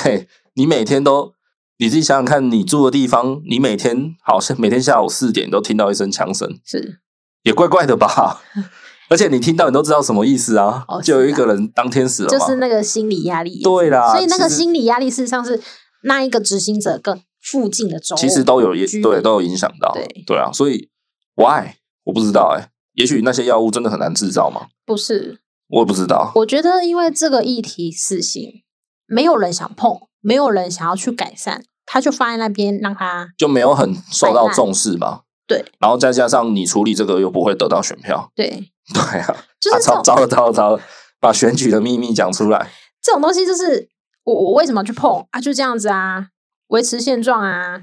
Speaker 1: 嘿，你每天都你自己想想看，你住的地方，你每天好像每天下午四点都听到一声枪声，
Speaker 2: 是，
Speaker 1: 也怪怪的吧？ 而且你听到你都知道什么意思啊？
Speaker 2: 哦
Speaker 1: 就有一
Speaker 2: 是啊
Speaker 1: 个人当天死了嘛，
Speaker 2: 就是那个心理压力，
Speaker 1: 对啦，
Speaker 2: 所以那个
Speaker 1: 其实
Speaker 2: 心理压力事实上是那一个执行者跟附近的州，
Speaker 1: 其实都有影
Speaker 2: 居民
Speaker 1: 对都有影响到，
Speaker 2: 对
Speaker 1: 啊，所以 why 我不知道哎、也许那些药物真的很难制造嘛，
Speaker 2: 不是。
Speaker 1: 我也不知道，
Speaker 2: 我觉得因为这个议题死刑，没有人想碰，没有人想要去改善，他就放在那边让他
Speaker 1: 就没有很受
Speaker 2: 摆
Speaker 1: 到
Speaker 2: 烂
Speaker 1: 重视嘛。
Speaker 2: 对
Speaker 1: 然后再加上你处理这个又不会得到选票，
Speaker 2: 对，
Speaker 1: 对啊，
Speaker 2: 就是
Speaker 1: 啊
Speaker 2: 这
Speaker 1: 糟
Speaker 2: 种、
Speaker 1: 糟了糟了糟了，把选举的秘密讲出来，
Speaker 2: 这种东西，就是我我为什么要去碰啊？就这样子啊，维持现状啊，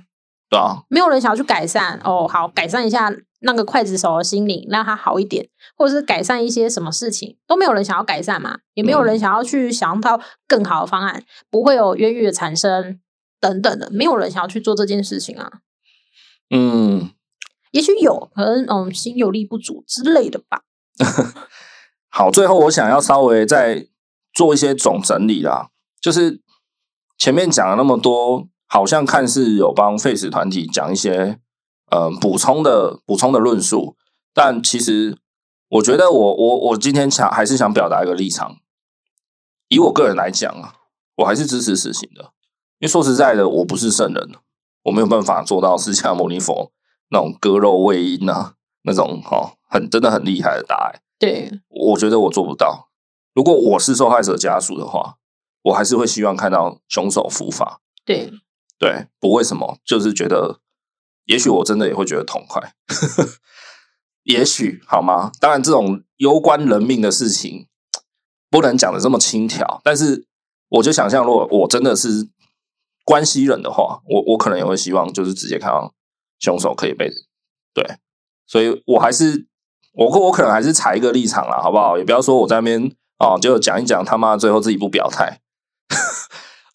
Speaker 1: 对啊，
Speaker 2: 没有人想要去改善哦。好，改善一下那个刽子手的心灵，让他好一点，或者是改善一些什么事情，都没有人想要改善嘛，也没有人想要去想到更好的方案，不会有冤狱的产生等等的，没有人想要去做这件事情啊。
Speaker 1: 嗯，
Speaker 2: 也许有，可能嗯，心有力不足之类的吧。
Speaker 1: 好，最后我想要稍微再做一些总整理啦，就是前面讲了那么多，好像看似有帮 Face 团体讲一些呃补充的补充的论述，但其实我觉得我我我今天想还是想表达一个立场，以我个人来讲啊，我还是支持死刑的，因为说实在的，我不是圣人，我没有办法做到释迦牟尼佛那种割肉喂鹰啊，那种哦很真的很厉害的答案。
Speaker 2: 对，
Speaker 1: 我觉得我做不到。如果我是受害者家属的话，我还是会希望看到凶手伏法。
Speaker 2: 对，
Speaker 1: 对，不为什么，就是觉得，也许我真的也会觉得痛快， 也许好吗？当然，这种攸关人命的事情，不能讲的这么轻佻。但是，我就想象，如果我真的是关系人的话，我我可能也会希望，就是直接看到凶手可以被对，所以我还是我我可能还是踩一个立场啦，好不好？也不要说我在那边哦，就讲一讲他妈最后自己不表态。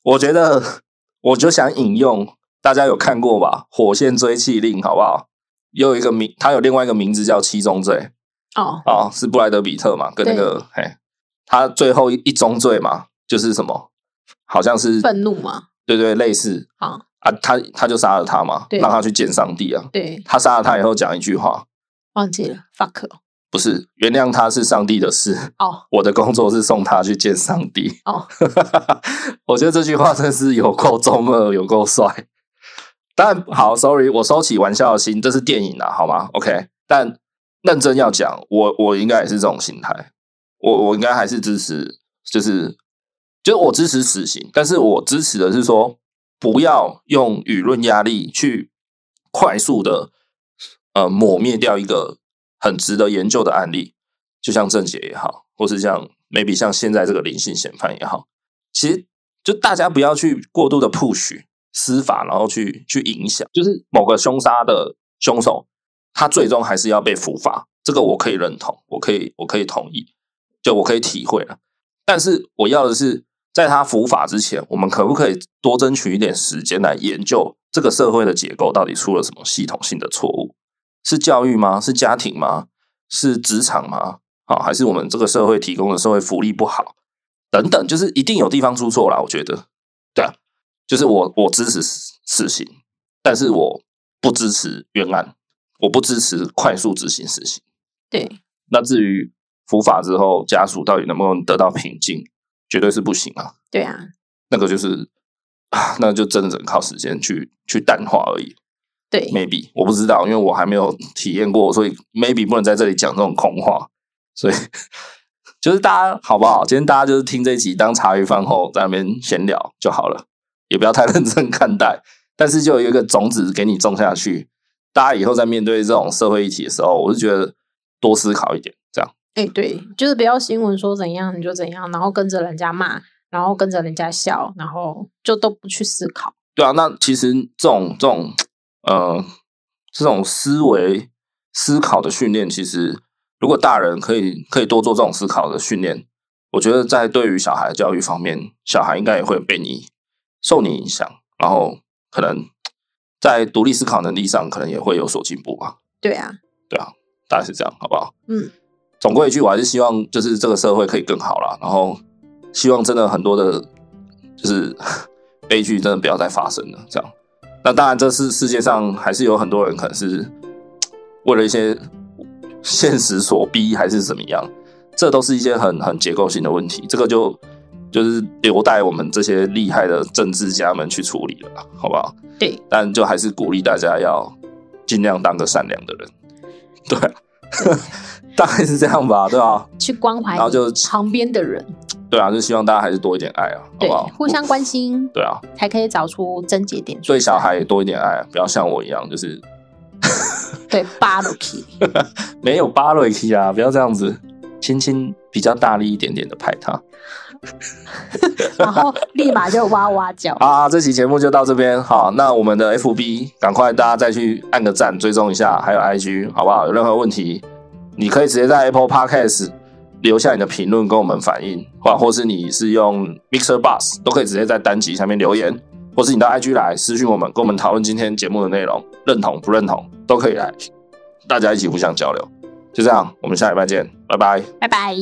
Speaker 1: 我觉得我就想引用大家有看过吧，《火线追气令》好不好？又有一个名，它有另外一个名字叫七宗罪
Speaker 2: 哦，
Speaker 1: 啊、哦，是布莱德比特嘛，跟那个嘿，他最后一一宗罪嘛，就是什么，好像是
Speaker 2: 愤怒嘛，
Speaker 1: 对对类似
Speaker 2: 啊，
Speaker 1: 啊，他他就杀了他嘛，
Speaker 2: 对
Speaker 1: 让他去见上帝啊。
Speaker 2: 对，
Speaker 1: 他杀了他以后讲一句话，
Speaker 2: 忘记了，fuck，
Speaker 1: 不是原谅他是上帝的事，
Speaker 2: 哦
Speaker 1: 我的工作是送他去见上帝。
Speaker 2: 哦，
Speaker 1: 我觉得这句话真是有够中二，有够帅。但好，sorry，我收起玩笑的心，这是电影啊，好吗？OK，但认真要讲，我我应该也是这种心态，我我应该还是支持，就是就是我支持死刑，但是我支持的是说，不要用舆论压力去快速的呃抹灭掉一个很值得研究的案例，就像郑杰也好，或是像 maybe 像现在这个林性嫌犯也好，其实就大家不要去过度的 push 司法，然后去去影响，就是某个凶杀的凶手，他最终还是要被伏法，这个我可以认同，我可以我可以同意，就我可以体会了。但是我要的是，在他伏法之前，我们可不可以多争取一点时间来研究这个社会的结构到底出了什么系统性的错误？是教育吗？是家庭吗？是职场吗？啊，还是我们这个社会提供的社会福利不好？等等，就是一定有地方出错啦。我觉得，对啊，就是我我支持死死刑，但是我不支持冤案，我不支持快速执行死刑。
Speaker 2: 对，
Speaker 1: 那至于伏法之后，家属到底能不能得到平静，绝对是不行啊。
Speaker 2: 对啊，
Speaker 1: 那个就是啊，那就真的只能靠时间去去淡化而已。
Speaker 2: 对，
Speaker 1: maybe 我不知道，因为我还没有体验过，所以 maybe 不能在这里讲这种空话。所以就是大家好不好？今天大家就是听这一集当茶余饭后在那边闲聊就好了，也不要太认真看待。但是就有一个种子给你种下去，大家以后在面对这种社会议题的时候，我是觉得多思考一点，这样
Speaker 2: 哎、对，就是不要新闻说怎样你就怎样，然后跟着人家骂，然后跟着人家笑，然后就都不去思考。
Speaker 1: 对啊。那其实这种这种呃这种思维思考的训练，其实如果大人可以可以多做这种思考的训练，我觉得在对于小孩教育方面，小孩应该也会被你受你影响，然后可能在独立思考能力上，可能也会有所进步吧。
Speaker 2: 对啊，
Speaker 1: 大概是这样，好不好？
Speaker 2: 嗯，
Speaker 1: 总归一句，我还是希望就是这个社会可以更好啦，然后希望真的很多的，就是 悲剧真的不要再发生了。这样，那当然，这是世界上还是有很多人可能是为了一些现实所逼，还是怎么样，这都是一些很很结构性的问题，这个就就是留待我们这些厉害的政治家们去处理了啦，好不好？
Speaker 2: 对，
Speaker 1: 但就还是鼓励大家要尽量当个善良的人，对啊， 大概是这样吧，对啊，
Speaker 2: 去关怀
Speaker 1: 然后就
Speaker 2: 旁边的人，
Speaker 1: 对啊，就希望大家还是多一点爱啊，好
Speaker 2: 对
Speaker 1: 不好？，
Speaker 2: 互相 关心，
Speaker 1: 对啊，
Speaker 2: 才可以找出症结点出
Speaker 1: 对
Speaker 2: 来。
Speaker 1: 小孩也多一点爱啊，不要像我一样，就是
Speaker 2: 对 b a r o k
Speaker 1: 没有巴瑞克啊，不要这样子，轻轻比较大力一点点的拍他。
Speaker 2: 然后立马就哇哇叫。
Speaker 1: 好、啊，这期节目就到这边。好，那我们的 FB 赶快大家再去按个赞，追踪一下，还有 IG 好不好？有任何问题，你可以直接在 Apple Podcast 留下你的评论跟我们反映，或或是你是用 Mixer Bus 都可以直接在单集下面留言，或是你到 IG 来私讯我们，跟我们讨论今天节目的内容，认同不认同都可以来，大家一起互相交流。就这样，我们下礼拜见，拜拜。
Speaker 2: 拜拜。